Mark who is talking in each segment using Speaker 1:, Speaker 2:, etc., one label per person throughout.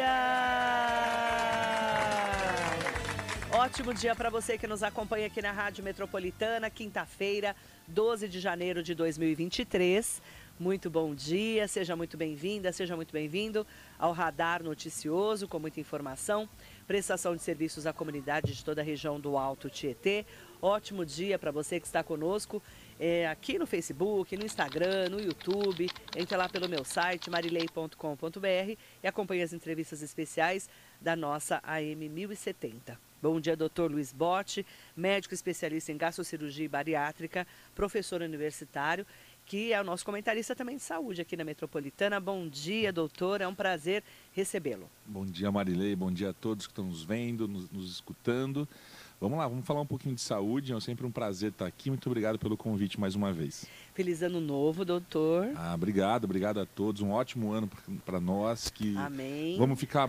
Speaker 1: é? ótimo dia para você que nos acompanha aqui na Rádio Metropolitana, quinta-feira, 12 de janeiro de 2023. Muito bom dia, seja muito bem-vinda, seja muito bem-vindo ao Radar Noticioso, com muita informação, prestação de serviços à comunidade de toda a região do Alto Tietê. Ótimo dia para você que está conosco é, aqui no Facebook, no Instagram, no YouTube. Entre lá pelo meu site, marilei.com.br e acompanhe as entrevistas especiais da nossa AM 1070. Bom dia, doutor Luiz Botti, médico especialista em gastrocirurgia e bariátrica, professor universitário, que é o nosso comentarista também de saúde aqui na Metropolitana. Bom dia, doutor, é um prazer recebê-lo.
Speaker 2: Bom dia, Marilei, bom dia a todos que estão nos vendo, nos, nos escutando. Vamos lá, vamos falar um pouquinho de saúde, é sempre um prazer estar aqui. Muito obrigado pelo convite mais uma vez.
Speaker 1: Feliz ano novo, doutor.
Speaker 2: Ah, obrigado, obrigado a todos. Um ótimo ano para nós que
Speaker 1: Amém.
Speaker 2: Vamos ficar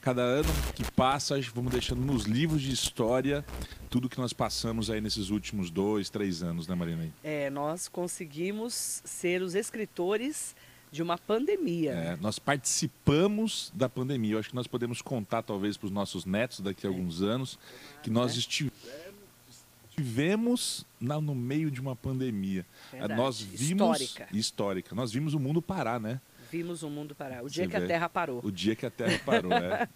Speaker 2: cada ano que passa, vamos deixando nos livros de história tudo que nós passamos aí nesses últimos dois, três anos, né, Marina?
Speaker 1: É, nós conseguimos ser os escritores de uma pandemia.
Speaker 2: É, nós participamos da pandemia. Eu acho que nós podemos contar, talvez, para os nossos netos daqui a alguns anos, que
Speaker 1: É.
Speaker 2: nós estivemos na, no meio de uma pandemia. É,
Speaker 1: Verdade.
Speaker 2: Nós vimos
Speaker 1: Histórica.
Speaker 2: histórica. Nós vimos o mundo parar, né?
Speaker 1: Vimos o mundo parar. O dia
Speaker 2: Você
Speaker 1: que a
Speaker 2: vê.
Speaker 1: Terra parou.
Speaker 2: O dia que a Terra parou, né?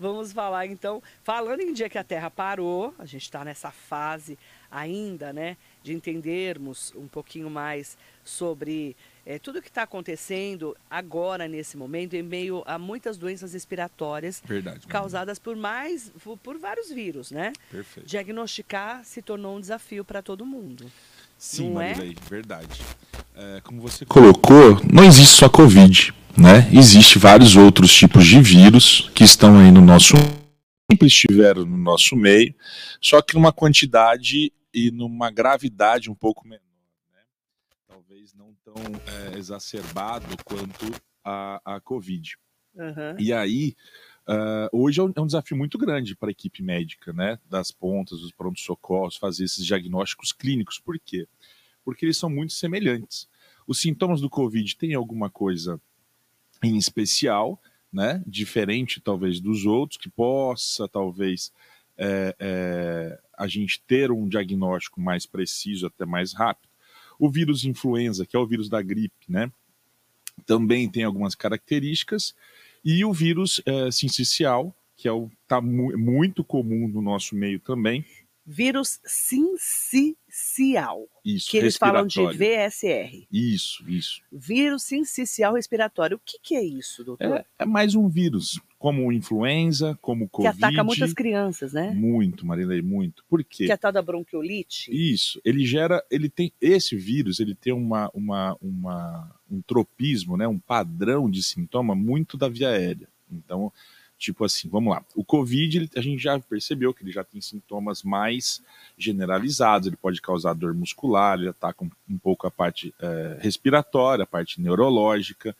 Speaker 1: Vamos falar então, falando em dia que a Terra parou, a gente está nessa fase ainda, né, de entendermos um pouquinho mais sobre eh, tudo o que está acontecendo agora nesse momento em meio a muitas doenças respiratórias
Speaker 2: Verdade. né? Marina.
Speaker 1: causadas por mais por vários vírus, né?
Speaker 2: Perfeito.
Speaker 1: Diagnosticar se tornou um desafio para todo mundo.
Speaker 2: Sim,
Speaker 1: Não é?
Speaker 2: Marilei, verdade. É, como você colocou, não existe só Covid, né? Existem vários outros tipos de vírus que estão aí no nosso sempre estiveram no nosso meio, só que numa quantidade e numa gravidade um pouco menor, né? Talvez não tão é, exacerbado quanto a, a Covid.
Speaker 1: Aham.
Speaker 2: E aí, ah, hoje é um, é um desafio muito grande para a equipe médica, né? Das pontas, dos pronto socorros fazer esses diagnósticos clínicos. Por quê? Porque eles são muito semelhantes. Os sintomas do Covid têm alguma coisa em especial, né? Diferente, talvez, dos outros, que possa, talvez, eh, eh, a gente ter um diagnóstico mais preciso, até mais rápido. O vírus influenza, que é o vírus da gripe, né? Também tem algumas características, e o vírus eh, sincicial, que é o, tá mu- muito comum no nosso meio também.
Speaker 1: Vírus sincicial,
Speaker 2: Isso,
Speaker 1: que eles falam de
Speaker 2: respiratório.
Speaker 1: VSR.
Speaker 2: Isso, isso.
Speaker 1: Vírus sincicial respiratório. O que, que é isso, doutor?
Speaker 2: É, é mais um vírus, como influenza, como
Speaker 1: que
Speaker 2: Covid.
Speaker 1: ataca muitas crianças, né?
Speaker 2: Muito, Marilei, muito. Por quê?
Speaker 1: Que é a tal da bronquiolite.
Speaker 2: Isso, ele gera, ele tem esse vírus, ele tem uma, uma, uma- um tropismo, né, um padrão de sintoma muito da via aérea. Então, tipo assim, vamos lá. O COVID, ele- a gente já percebeu que ele já tem sintomas mais generalizados, ele pode causar dor muscular, ele ataca um, um pouco a parte eh, respiratória, a parte neurológica,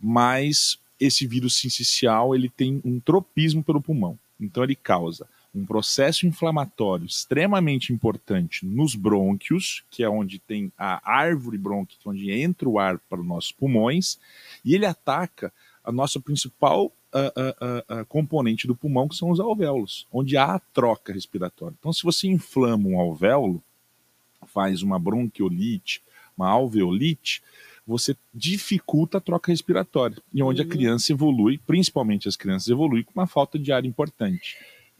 Speaker 2: mas esse vírus sincicial, ele tem um tropismo pelo pulmão. Então ele causa um processo inflamatório extremamente importante nos brônquios, que é onde tem a árvore brônquica, é onde entra o ar para os nossos pulmões, e ele ataca a nossa principal ah, ah, ah, ah, componente do pulmão, que são os alvéolos, onde há a troca respiratória. Então, se você inflama um alvéolo, faz uma bronquiolite, uma alveolite, você dificulta a troca respiratória, e onde a
Speaker 1: Uhum.
Speaker 2: criança evolui, principalmente as crianças, evoluem com uma falta de ar importante.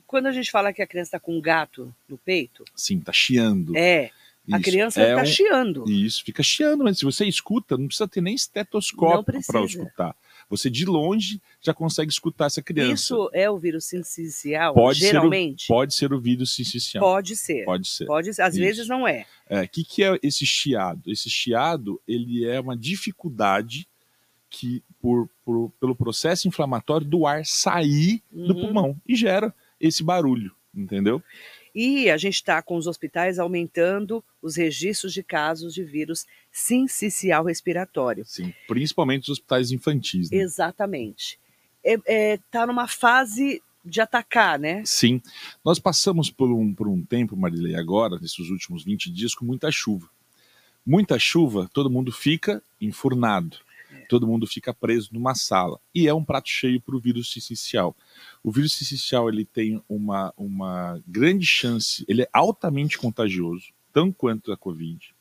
Speaker 1: Quando a gente fala que a criança está com um gato no peito,
Speaker 2: Sim, tá chiando.
Speaker 1: é, a
Speaker 2: Isso,
Speaker 1: criança
Speaker 2: é
Speaker 1: está
Speaker 2: um-
Speaker 1: chiando.
Speaker 2: Isso, fica chiando, mas se você escuta, não precisa ter nem estetoscópio
Speaker 1: Não precisa.
Speaker 2: para escutar. Você de longe já consegue escutar essa criança.
Speaker 1: Isso é o vírus sincicial,
Speaker 2: Pode ser o-
Speaker 1: geralmente?
Speaker 2: Pode ser o vírus sincicial.
Speaker 1: Pode ser.
Speaker 2: Pode ser.
Speaker 1: Pode ser. Às
Speaker 2: Isso.
Speaker 1: vezes não é.
Speaker 2: O que, que é esse chiado? Esse chiado, ele é uma dificuldade que, por, por- pelo processo inflamatório do ar sair do
Speaker 1: Uhum.
Speaker 2: pulmão e gera esse barulho, entendeu?
Speaker 1: E a gente está com os hospitais aumentando os registros de casos de vírus sincicial respiratório.
Speaker 2: Sim, Assim, principalmente os hospitais infantis. Né?
Speaker 1: Exatamente. Está é, tá numa fase de atacar, né?
Speaker 2: Sim. Nós passamos por um, por um tempo, Marilei, agora, nesses últimos 20 dias, com muita chuva. Muita chuva, todo mundo fica enfurnado. todo mundo fica preso numa sala. E é um prato cheio para o vírus sincicial. O vírus sincicial ele tem uma, uma grande chance, ele é altamente contagioso, tanto quanto a Covid,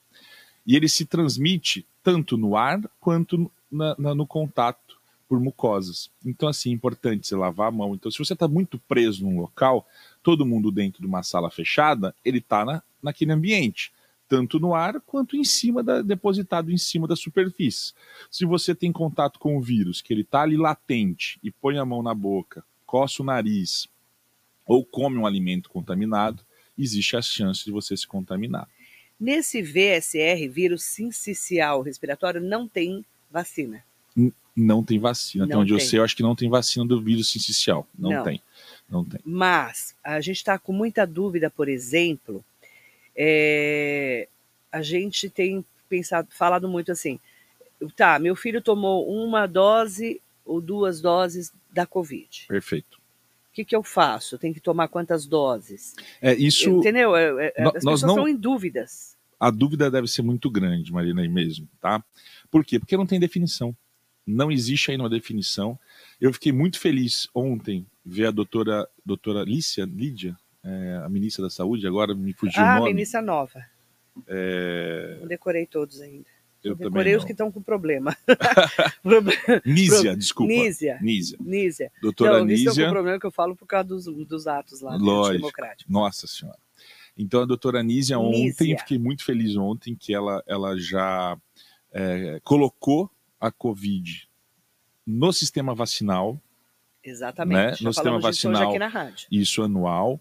Speaker 2: e ele se transmite tanto no ar quanto na, na, no contato por mucosas. Então, assim, é importante você lavar a mão. Então, se você está muito preso num local, todo mundo dentro de uma sala fechada, ele está na, naquele ambiente tanto no ar quanto em cima da, depositado em cima da superfície. Se você tem contato com o vírus, que ele está ali latente e põe a mão na boca, coça o nariz ou come um alimento contaminado, existe a chance de você se contaminar.
Speaker 1: Nesse VSR, vírus sincicial respiratório, não tem vacina.
Speaker 2: N não tem vacina. Não Até onde tem. eu sei, eu acho que não tem vacina do vírus sincicial. Não, não. tem. Não tem.
Speaker 1: Mas a gente está com muita dúvida, por exemplo, é, a gente tem pensado, falado muito assim, tá, meu filho tomou uma dose ou duas doses da Covid.
Speaker 2: Perfeito.
Speaker 1: O que, que eu faço? Tem que tomar quantas doses?
Speaker 2: É isso.
Speaker 1: Entendeu? É, é, as pessoas não... estão em dúvidas.
Speaker 2: A dúvida deve ser muito grande, Marina, aí mesmo, tá? Por quê? Porque não tem definição. Não existe ainda uma definição. Eu fiquei muito feliz ontem ver a doutora, doutora Lícia, Lídia, é, a ministra da Saúde, agora me fugiu ah,
Speaker 1: o nome. Ah, ministra nova.
Speaker 2: É...
Speaker 1: Não decorei todos ainda.
Speaker 2: Eu, eu
Speaker 1: decorei os que estão com problema.
Speaker 2: Nízia, desculpa.
Speaker 1: Nízia.
Speaker 2: Nízia.
Speaker 1: Nízia. é
Speaker 2: Doutora
Speaker 1: não,
Speaker 2: Nízia.
Speaker 1: estão com problema que eu falo por causa dos, dos atos lá né, Lógico. democráticos.
Speaker 2: Nossa Senhora. Então, a doutora Nízia ontem, Nízia. fiquei muito feliz ontem que ela, ela já é, colocou a Covid no sistema vacinal,
Speaker 1: Exatamente. Né?
Speaker 2: No sistema vacinal. Isso anual.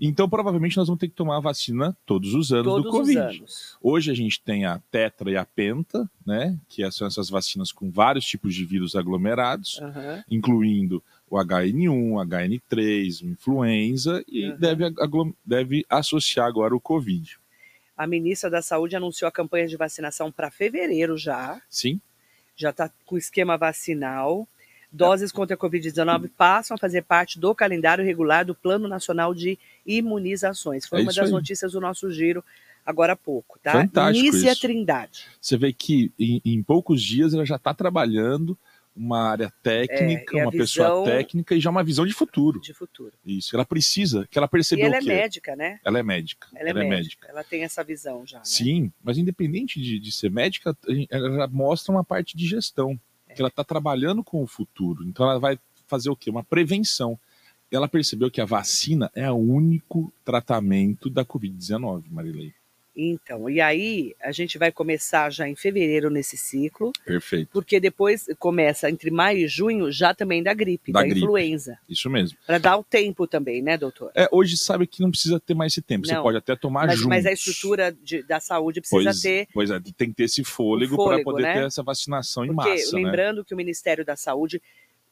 Speaker 2: Então, provavelmente, nós vamos ter que tomar a vacina todos os anos
Speaker 1: todos
Speaker 2: do Covid.
Speaker 1: Anos.
Speaker 2: Hoje a gente tem a tetra e a penta, né? Que são essas vacinas com vários tipos de vírus aglomerados,
Speaker 1: uhum.
Speaker 2: incluindo o HN1, HN3, influenza, e uhum. deve, deve associar agora o Covid.
Speaker 1: A ministra da Saúde anunciou a campanha de vacinação para fevereiro já.
Speaker 2: Sim.
Speaker 1: Já está com esquema vacinal. Doses contra a Covid-19 passam a fazer parte do calendário regular do Plano Nacional de Imunizações. Foi
Speaker 2: é
Speaker 1: uma das
Speaker 2: aí.
Speaker 1: notícias do nosso giro agora há pouco, tá?
Speaker 2: Fantástico
Speaker 1: Nícia
Speaker 2: isso.
Speaker 1: Trindade.
Speaker 2: Você vê que em, em poucos dias ela já está trabalhando uma área técnica,
Speaker 1: é,
Speaker 2: uma
Speaker 1: visão...
Speaker 2: pessoa técnica e já uma visão de futuro.
Speaker 1: De futuro.
Speaker 2: Isso, ela precisa, que ela
Speaker 1: E
Speaker 2: percebeu
Speaker 1: ela é
Speaker 2: o quê?
Speaker 1: médica, né?
Speaker 2: Ela é médica.
Speaker 1: Ela é, médica. Ela tem essa visão já. Né?
Speaker 2: Sim, mas independente de, de ser médica, ela já mostra uma parte de gestão
Speaker 1: É.
Speaker 2: que ela está trabalhando com o futuro. Então ela vai fazer o quê? Uma prevenção. Ela percebeu que a vacina é o único tratamento da Covid-19, Marilei.
Speaker 1: Então, e aí a gente vai começar já em fevereiro nesse ciclo.
Speaker 2: Perfeito.
Speaker 1: Porque depois começa entre maio e junho já também da gripe,
Speaker 2: Da
Speaker 1: da,
Speaker 2: gripe.
Speaker 1: influenza.
Speaker 2: Isso mesmo.
Speaker 1: Para dar o tempo também, né, doutor?
Speaker 2: É, hoje sabe que não precisa ter mais esse tempo. Você
Speaker 1: Não.
Speaker 2: pode até tomar
Speaker 1: mas,
Speaker 2: Tá juntos.
Speaker 1: mas a estrutura de- da saúde precisa
Speaker 2: pois,
Speaker 1: ter.
Speaker 2: Pois é, tem que ter esse fôlego, para
Speaker 1: fôlego,
Speaker 2: poder
Speaker 1: né?
Speaker 2: ter essa vacinação em
Speaker 1: Porque
Speaker 2: massa, né?
Speaker 1: lembrando que o Ministério da Saúde,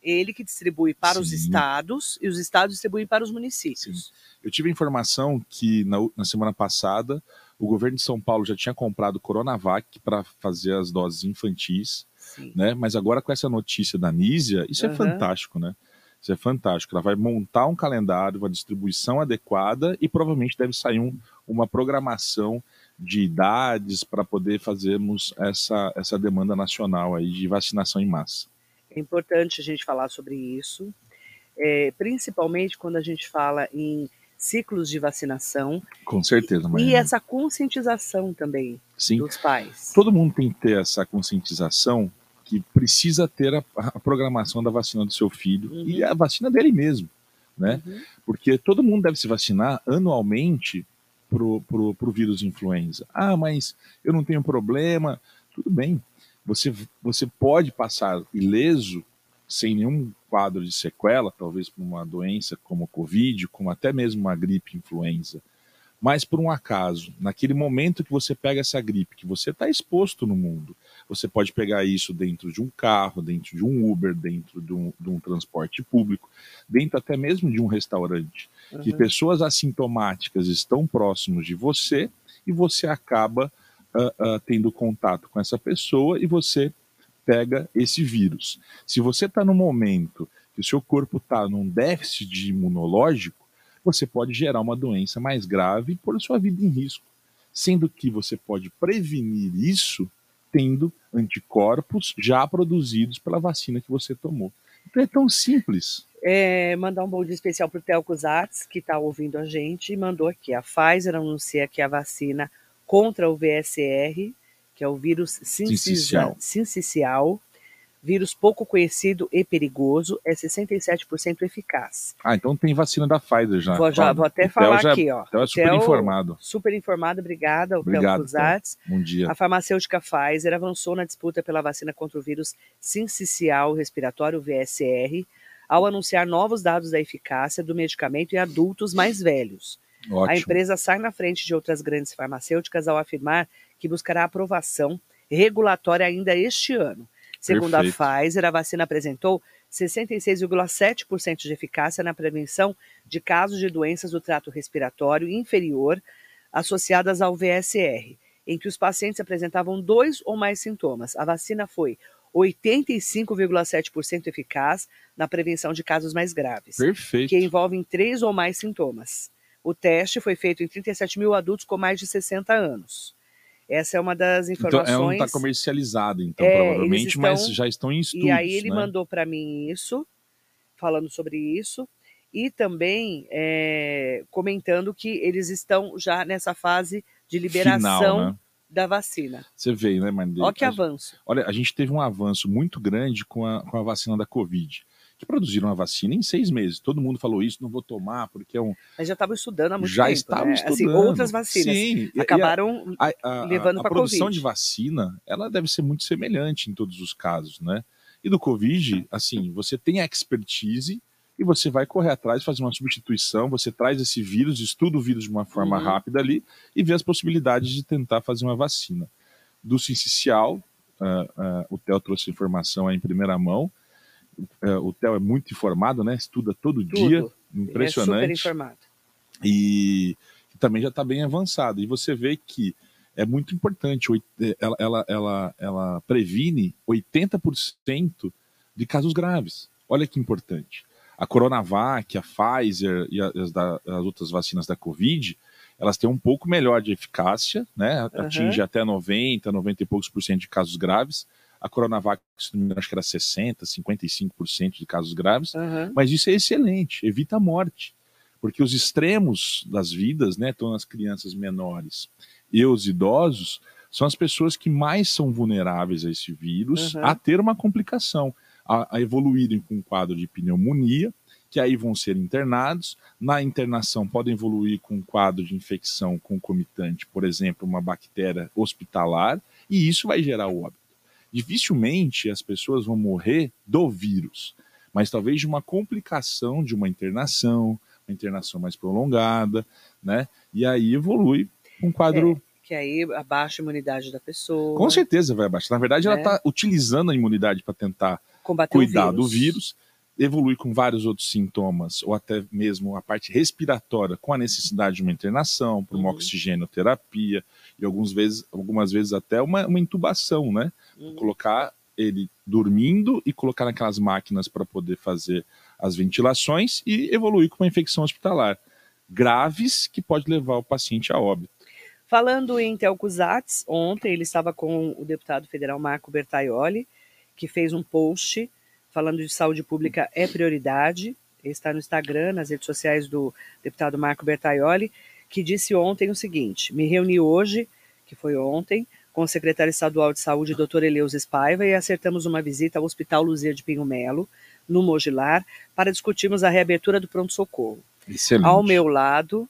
Speaker 1: ele que distribui para os
Speaker 2: Sim.
Speaker 1: estados e os estados distribuem para os municípios.
Speaker 2: Eu tive a informação que na, u- na semana passada o governo de São Paulo já tinha comprado Coronavac para fazer as doses infantis.
Speaker 1: Sim.
Speaker 2: né? Mas agora com essa notícia da Nízia, isso é
Speaker 1: Aham.
Speaker 2: fantástico, né? Isso é fantástico. Ela vai montar um calendário, uma distribuição adequada e provavelmente deve sair um- uma programação de idades para poder fazermos essa, essa demanda nacional aí de vacinação em massa.
Speaker 1: É importante a gente falar sobre isso, é, principalmente quando a gente fala em ciclos de vacinação
Speaker 2: Com certeza,
Speaker 1: e
Speaker 2: Maria.
Speaker 1: essa conscientização também
Speaker 2: Sim.
Speaker 1: dos pais.
Speaker 2: Todo mundo tem que ter essa conscientização que precisa ter a, a programação da vacina do seu filho
Speaker 1: Uhum.
Speaker 2: e a vacina dele mesmo, né?
Speaker 1: Uhum.
Speaker 2: porque todo mundo deve se vacinar anualmente pro, pro, pro vírus influenza. Ah, mas eu não tenho problema. Tudo bem, você, você pode passar ileso, sem nenhum quadro de sequela, talvez por uma doença como a Covid, como até mesmo uma gripe influenza. Mas por um acaso, naquele momento que você pega essa gripe, que você está exposto no mundo, você pode pegar isso dentro de um carro, dentro de um Uber, dentro de um, de um transporte público, dentro até mesmo de um restaurante que
Speaker 1: Uhum.
Speaker 2: pessoas assintomáticas estão próximos de você e você acaba ah, ah, tendo contato com essa pessoa e você pega esse vírus. Se você está num momento que o seu corpo está num déficit de imunológico, você pode gerar uma doença mais grave e pôr a sua vida em risco. Sendo que você pode prevenir isso tendo anticorpos já produzidos pela vacina que você tomou. Então é tão simples.
Speaker 1: É, mandar um bom dia especial para o Telco Zatz, que está ouvindo a gente, e mandou aqui. A Pfizer anuncia que a vacina contra o VSR, que é o vírus sincicial, sincicial vírus pouco conhecido e perigoso, é 67% eficaz.
Speaker 2: Ah, então tem vacina da Pfizer já.
Speaker 1: Vou, já, vou até o falar
Speaker 2: já,
Speaker 1: aqui, ó.
Speaker 2: Então é super
Speaker 1: Theo,
Speaker 2: informado.
Speaker 1: Super informado, obrigada ao
Speaker 2: Obrigado,
Speaker 1: Telco Zatz.
Speaker 2: Bom dia.
Speaker 1: A farmacêutica Pfizer avançou na disputa pela vacina contra o vírus sincicial respiratório VSR, ao anunciar novos dados da eficácia do medicamento em adultos mais velhos. A
Speaker 2: Ótimo.
Speaker 1: empresa sai na frente de outras grandes farmacêuticas ao afirmar que buscará aprovação regulatória ainda este ano. Segundo
Speaker 2: Perfeito.
Speaker 1: a Pfizer, a vacina apresentou 66,7% de eficácia na prevenção de casos de doenças do trato respiratório inferior associadas ao VSR, em que os pacientes apresentavam dois ou mais sintomas. A vacina foi 85,7% eficaz na prevenção de casos mais graves
Speaker 2: Perfeito.
Speaker 1: que envolvem três ou mais sintomas. O teste foi feito em 37 mil adultos com mais de 60 anos. Essa é uma das
Speaker 2: Então,
Speaker 1: informações.
Speaker 2: ela não está comercializada, então,
Speaker 1: É,
Speaker 2: provavelmente,
Speaker 1: eles estão-
Speaker 2: mas já estão em estudos.
Speaker 1: e aí ele
Speaker 2: né?
Speaker 1: mandou para mim isso, falando sobre isso, e também é, comentando que eles estão já nessa fase de liberação
Speaker 2: Final, né?
Speaker 1: da vacina.
Speaker 2: Você veio, né, Mandei?
Speaker 1: Olha que avanço.
Speaker 2: Olha, a gente teve um avanço muito grande com a, com a vacina da Covid. Que produziram a vacina em seis meses. Todo mundo falou isso, não vou tomar, porque é um.
Speaker 1: Mas já estavam estudando há muito
Speaker 2: já
Speaker 1: tempo.
Speaker 2: estavam
Speaker 1: né?
Speaker 2: estudando.
Speaker 1: Assim, outras vacinas
Speaker 2: Sim, e- e a-
Speaker 1: acabaram
Speaker 2: a, a,
Speaker 1: levando
Speaker 2: a
Speaker 1: pra
Speaker 2: produção
Speaker 1: Covid.
Speaker 2: de vacina, ela deve ser muito semelhante em todos os casos, né? E do Covid, assim, você tem a expertise e você vai correr atrás, fazer uma substituição, você traz esse vírus, estuda o vírus de uma forma
Speaker 1: Uhum.
Speaker 2: rápida ali e vê as possibilidades de tentar fazer uma vacina. Do sincicial, ah, ah, o Theo trouxe informação aí em primeira mão. Ah, o Theo é muito informado, né? Estuda todo
Speaker 1: tudo. Ele
Speaker 2: dia,
Speaker 1: É super
Speaker 2: impressionante
Speaker 1: informado.
Speaker 2: e também já está bem avançado. E você vê que é muito importante, oit- eh, ela, ela, ela, ela previne 80% de casos graves. Olha que importante. A Coronavac, a Pfizer e a- as, da- as outras vacinas da Covid, elas têm um pouco melhor de eficácia, né? Atinge até 90, 90 e poucos por cento de casos graves. A Coronavac, se não me engano, acho que era 60, 55% de casos graves.
Speaker 1: Aham.
Speaker 2: Mas isso é excelente, evita a morte. Porque os extremos das vidas, né, estão nas crianças menores e os idosos, são as pessoas que mais são vulneráveis a esse vírus,
Speaker 1: Uhum.
Speaker 2: a ter uma complicação, a, a evoluírem com um quadro de pneumonia, que aí vão ser internados. Na internação, podem evoluir com um quadro de infecção concomitante, por exemplo, uma bactéria hospitalar, e isso vai gerar o óbito. Dificilmente as pessoas vão morrer do vírus mas talvez de uma complicação de uma internação, uma internação mais prolongada, né? E aí evolui um quadro.
Speaker 1: Que aí abaixa a imunidade da pessoa.
Speaker 2: Com certeza vai abaixar. Na verdade, ela
Speaker 1: É.
Speaker 2: está utilizando a imunidade para tentar
Speaker 1: combater
Speaker 2: cuidar
Speaker 1: o
Speaker 2: do vírus, evolui com vários outros sintomas, ou até mesmo a parte respiratória, com a necessidade de uma internação, para uma
Speaker 1: Uhum.
Speaker 2: oxigenoterapia, e algumas vezes, algumas vezes até uma, uma intubação, né?
Speaker 1: Uhum.
Speaker 2: colocar ele dormindo e colocar naquelas máquinas para poder fazer as ventilações e evoluir com uma infecção hospitalar graves que pode levar o paciente a óbito.
Speaker 1: Falando em Telco Zatz, ontem ele estava com o deputado federal Marco Bertaioli, que fez um post falando de saúde pública é prioridade. Ele está no Instagram, nas redes sociais do deputado Marco Bertaioli, que disse ontem o seguinte: me reuni hoje, que foi ontem, com o secretário estadual de saúde, doutor Eleusa Espaiva, e acertamos uma visita ao Hospital Luzia de Pinho Melo, no Mogilar, para discutirmos a reabertura do pronto-socorro.
Speaker 2: Excelente.
Speaker 1: Ao meu lado,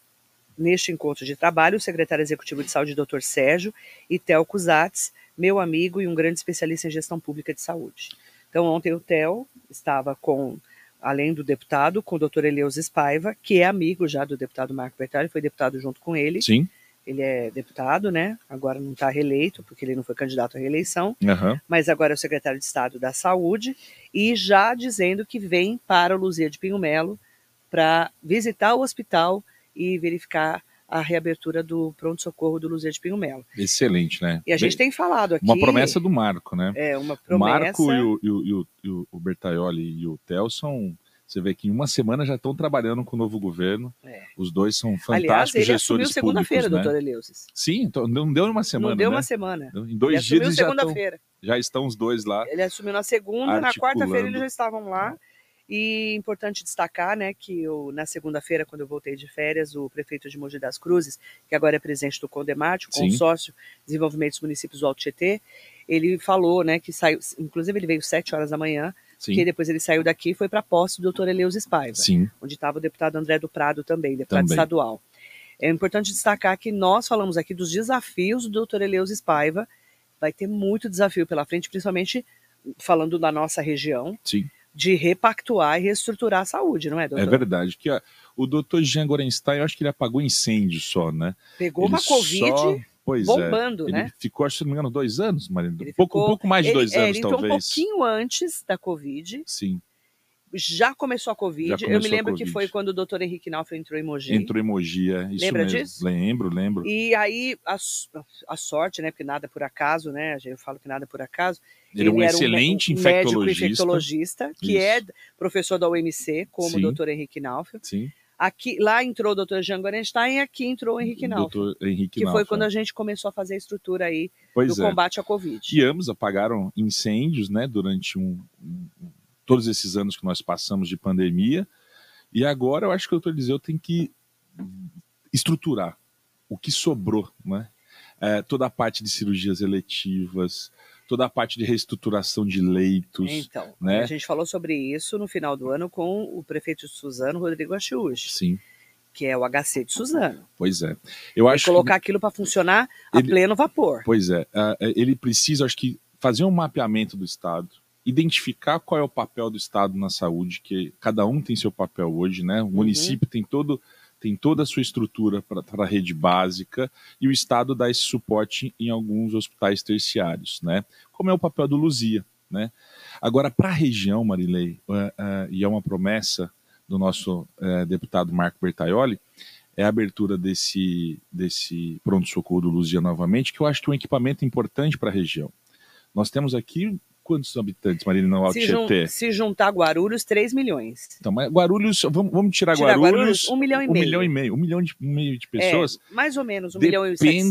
Speaker 1: neste encontro de trabalho, o secretário executivo de saúde, Dr. Sérgio, e Telco Zatz, meu amigo e um grande especialista em gestão pública de saúde. Então, ontem o Tel estava com, além do deputado, com o Dr. Eleusa Espaiva, que é amigo já do deputado Marco Bertari, foi deputado junto com ele.
Speaker 2: Sim.
Speaker 1: Ele é deputado, né? Agora não está reeleito, porque ele não foi candidato à reeleição
Speaker 2: aham.
Speaker 1: mas agora é o secretário de Estado da Saúde, e já dizendo que vem para o Luzia de Pinho Melo para visitar o hospital e verificar a reabertura do pronto-socorro do Luzia de Pinho Melo.
Speaker 2: Excelente, né?
Speaker 1: E a gente
Speaker 2: Bem,
Speaker 1: tem falado aqui...
Speaker 2: uma promessa do Marco, né?
Speaker 1: É, uma
Speaker 2: O
Speaker 1: promessa...
Speaker 2: Marco e o, e o, e o- e o Bertaioli e o Theo são Você vê que em uma semana já estão trabalhando com o novo governo.
Speaker 1: É.
Speaker 2: Os dois são
Speaker 1: Aliás,
Speaker 2: fantásticos
Speaker 1: ele assumiu
Speaker 2: gestores
Speaker 1: segunda-feira,
Speaker 2: públicos, né?
Speaker 1: doutor Eleusis.
Speaker 2: Sim, então não deu em uma semana,
Speaker 1: Não deu
Speaker 2: né?
Speaker 1: uma semana.
Speaker 2: Em
Speaker 1: Ele
Speaker 2: dois dias
Speaker 1: assumiu
Speaker 2: eles já estão,
Speaker 1: segunda-feira.
Speaker 2: já estão os dois lá.
Speaker 1: Ele assumiu na segunda, na
Speaker 2: Articulando.
Speaker 1: quarta-feira eles já estavam lá. E importante destacar, né, que eu, na segunda-feira, quando eu voltei de férias, o prefeito de Mogi das Cruzes, que agora é presidente do Condemate, o
Speaker 2: Sim.
Speaker 1: consórcio de desenvolvimento dos municípios do Alto Tietê, ele falou, né, que saiu, inclusive ele veio sete horas da manhã,
Speaker 2: Sim,
Speaker 1: que depois ele saiu daqui e foi para a posse do Dr. Eleusis Paiva
Speaker 2: sim,
Speaker 1: onde estava o deputado André do Prado também, deputado
Speaker 2: Também.
Speaker 1: estadual. É importante destacar que nós falamos aqui dos desafios do Dr. Eleusis Paiva. Vai ter muito desafio pela frente, principalmente falando da nossa região,
Speaker 2: sim.
Speaker 1: de repactuar e reestruturar a saúde, não é, doutor?
Speaker 2: É verdade que a- o doutor Jean Gorenstein, eu acho que ele apagou incêndio só, né?
Speaker 1: Pegou
Speaker 2: Ele
Speaker 1: uma Covid
Speaker 2: só- Pois é.
Speaker 1: bombando,
Speaker 2: Ele
Speaker 1: né?
Speaker 2: ficou, acho, se não me engano, dois anos, Marina.
Speaker 1: Ele
Speaker 2: Um pouco, um
Speaker 1: ficou-
Speaker 2: pouco mais de dois
Speaker 1: ele, é,
Speaker 2: anos,
Speaker 1: ele entrou
Speaker 2: talvez.
Speaker 1: um pouquinho antes da Covid,
Speaker 2: Sim,
Speaker 1: já começou a Covid.
Speaker 2: Já
Speaker 1: Eu
Speaker 2: começou
Speaker 1: me
Speaker 2: a
Speaker 1: lembro que
Speaker 2: Covid.
Speaker 1: foi quando o doutor Henrique Naufra entrou em Mogi.
Speaker 2: entrou emoji, é isso
Speaker 1: Lembra
Speaker 2: mesmo.
Speaker 1: disso?
Speaker 2: Lembro, lembro.
Speaker 1: E aí, a, s- a sorte, né? Porque nada é por acaso, né? Eu falo que nada é por acaso.
Speaker 2: Ele é um
Speaker 1: era mé-
Speaker 2: excelente
Speaker 1: médico
Speaker 2: infectologista.
Speaker 1: infectologista, que
Speaker 2: Isso.
Speaker 1: é professor da UMC, como
Speaker 2: Sim.
Speaker 1: o Dr. Henrique Naufel.
Speaker 2: Sim,
Speaker 1: Aqui, lá entrou o Dr. Jean Gorenstein e aqui entrou o Henrique Naufel,
Speaker 2: doutor
Speaker 1: que
Speaker 2: Henrique
Speaker 1: foi
Speaker 2: Naufel.
Speaker 1: quando a gente começou a fazer a estrutura aí
Speaker 2: Pois
Speaker 1: do
Speaker 2: é.
Speaker 1: combate à Covid.
Speaker 2: E ambos apagaram incêndios, né, durante um, um- um- todos esses anos que nós passamos de pandemia. E agora eu acho que o doutor Eliseu tem que estruturar o que sobrou, né? É, toda a parte de cirurgias eletivas, toda a parte de reestruturação de leitos.
Speaker 1: Então,
Speaker 2: né?
Speaker 1: a gente falou sobre isso no final do ano com o prefeito de Suzano, Rodrigo Achiuchi,
Speaker 2: Sim,
Speaker 1: que é o HC de Suzano.
Speaker 2: pois é. Eu
Speaker 1: E
Speaker 2: acho que
Speaker 1: colocar aquilo para funcionar a
Speaker 2: Ele-
Speaker 1: pleno vapor.
Speaker 2: Pois é, ah, ele precisa, acho que, fazer um mapeamento do Estado, identificar qual é o papel do Estado na saúde, que cada um tem seu papel hoje, né? O município tem todo tem toda a sua estrutura para a rede básica e o Estado dá esse suporte em alguns hospitais terciários, né? Como é o papel do Luzia, né? Agora, para a região, Marilei, ah, ah, e é uma promessa do nosso eh, deputado Marco Bertaioli, é a abertura desse, desse pronto-socorro do Luzia novamente, que eu acho que é um equipamento importante para a região. Nós temos aqui quantos habitantes, Marina, no Alto
Speaker 1: Se, jun-
Speaker 2: Tietê?
Speaker 1: se juntar Guarulhos, 3 milhões.
Speaker 2: Então, mas Guarulhos, vamos, vamos tirar,
Speaker 1: Tirar
Speaker 2: Guarulhos,
Speaker 1: Guarulhos, um milhão e
Speaker 2: um
Speaker 1: meio.
Speaker 2: milhão e meio. Um milhão de, um meio de pessoas
Speaker 1: É, mais ou menos, 1 milhão e
Speaker 2: Dependem-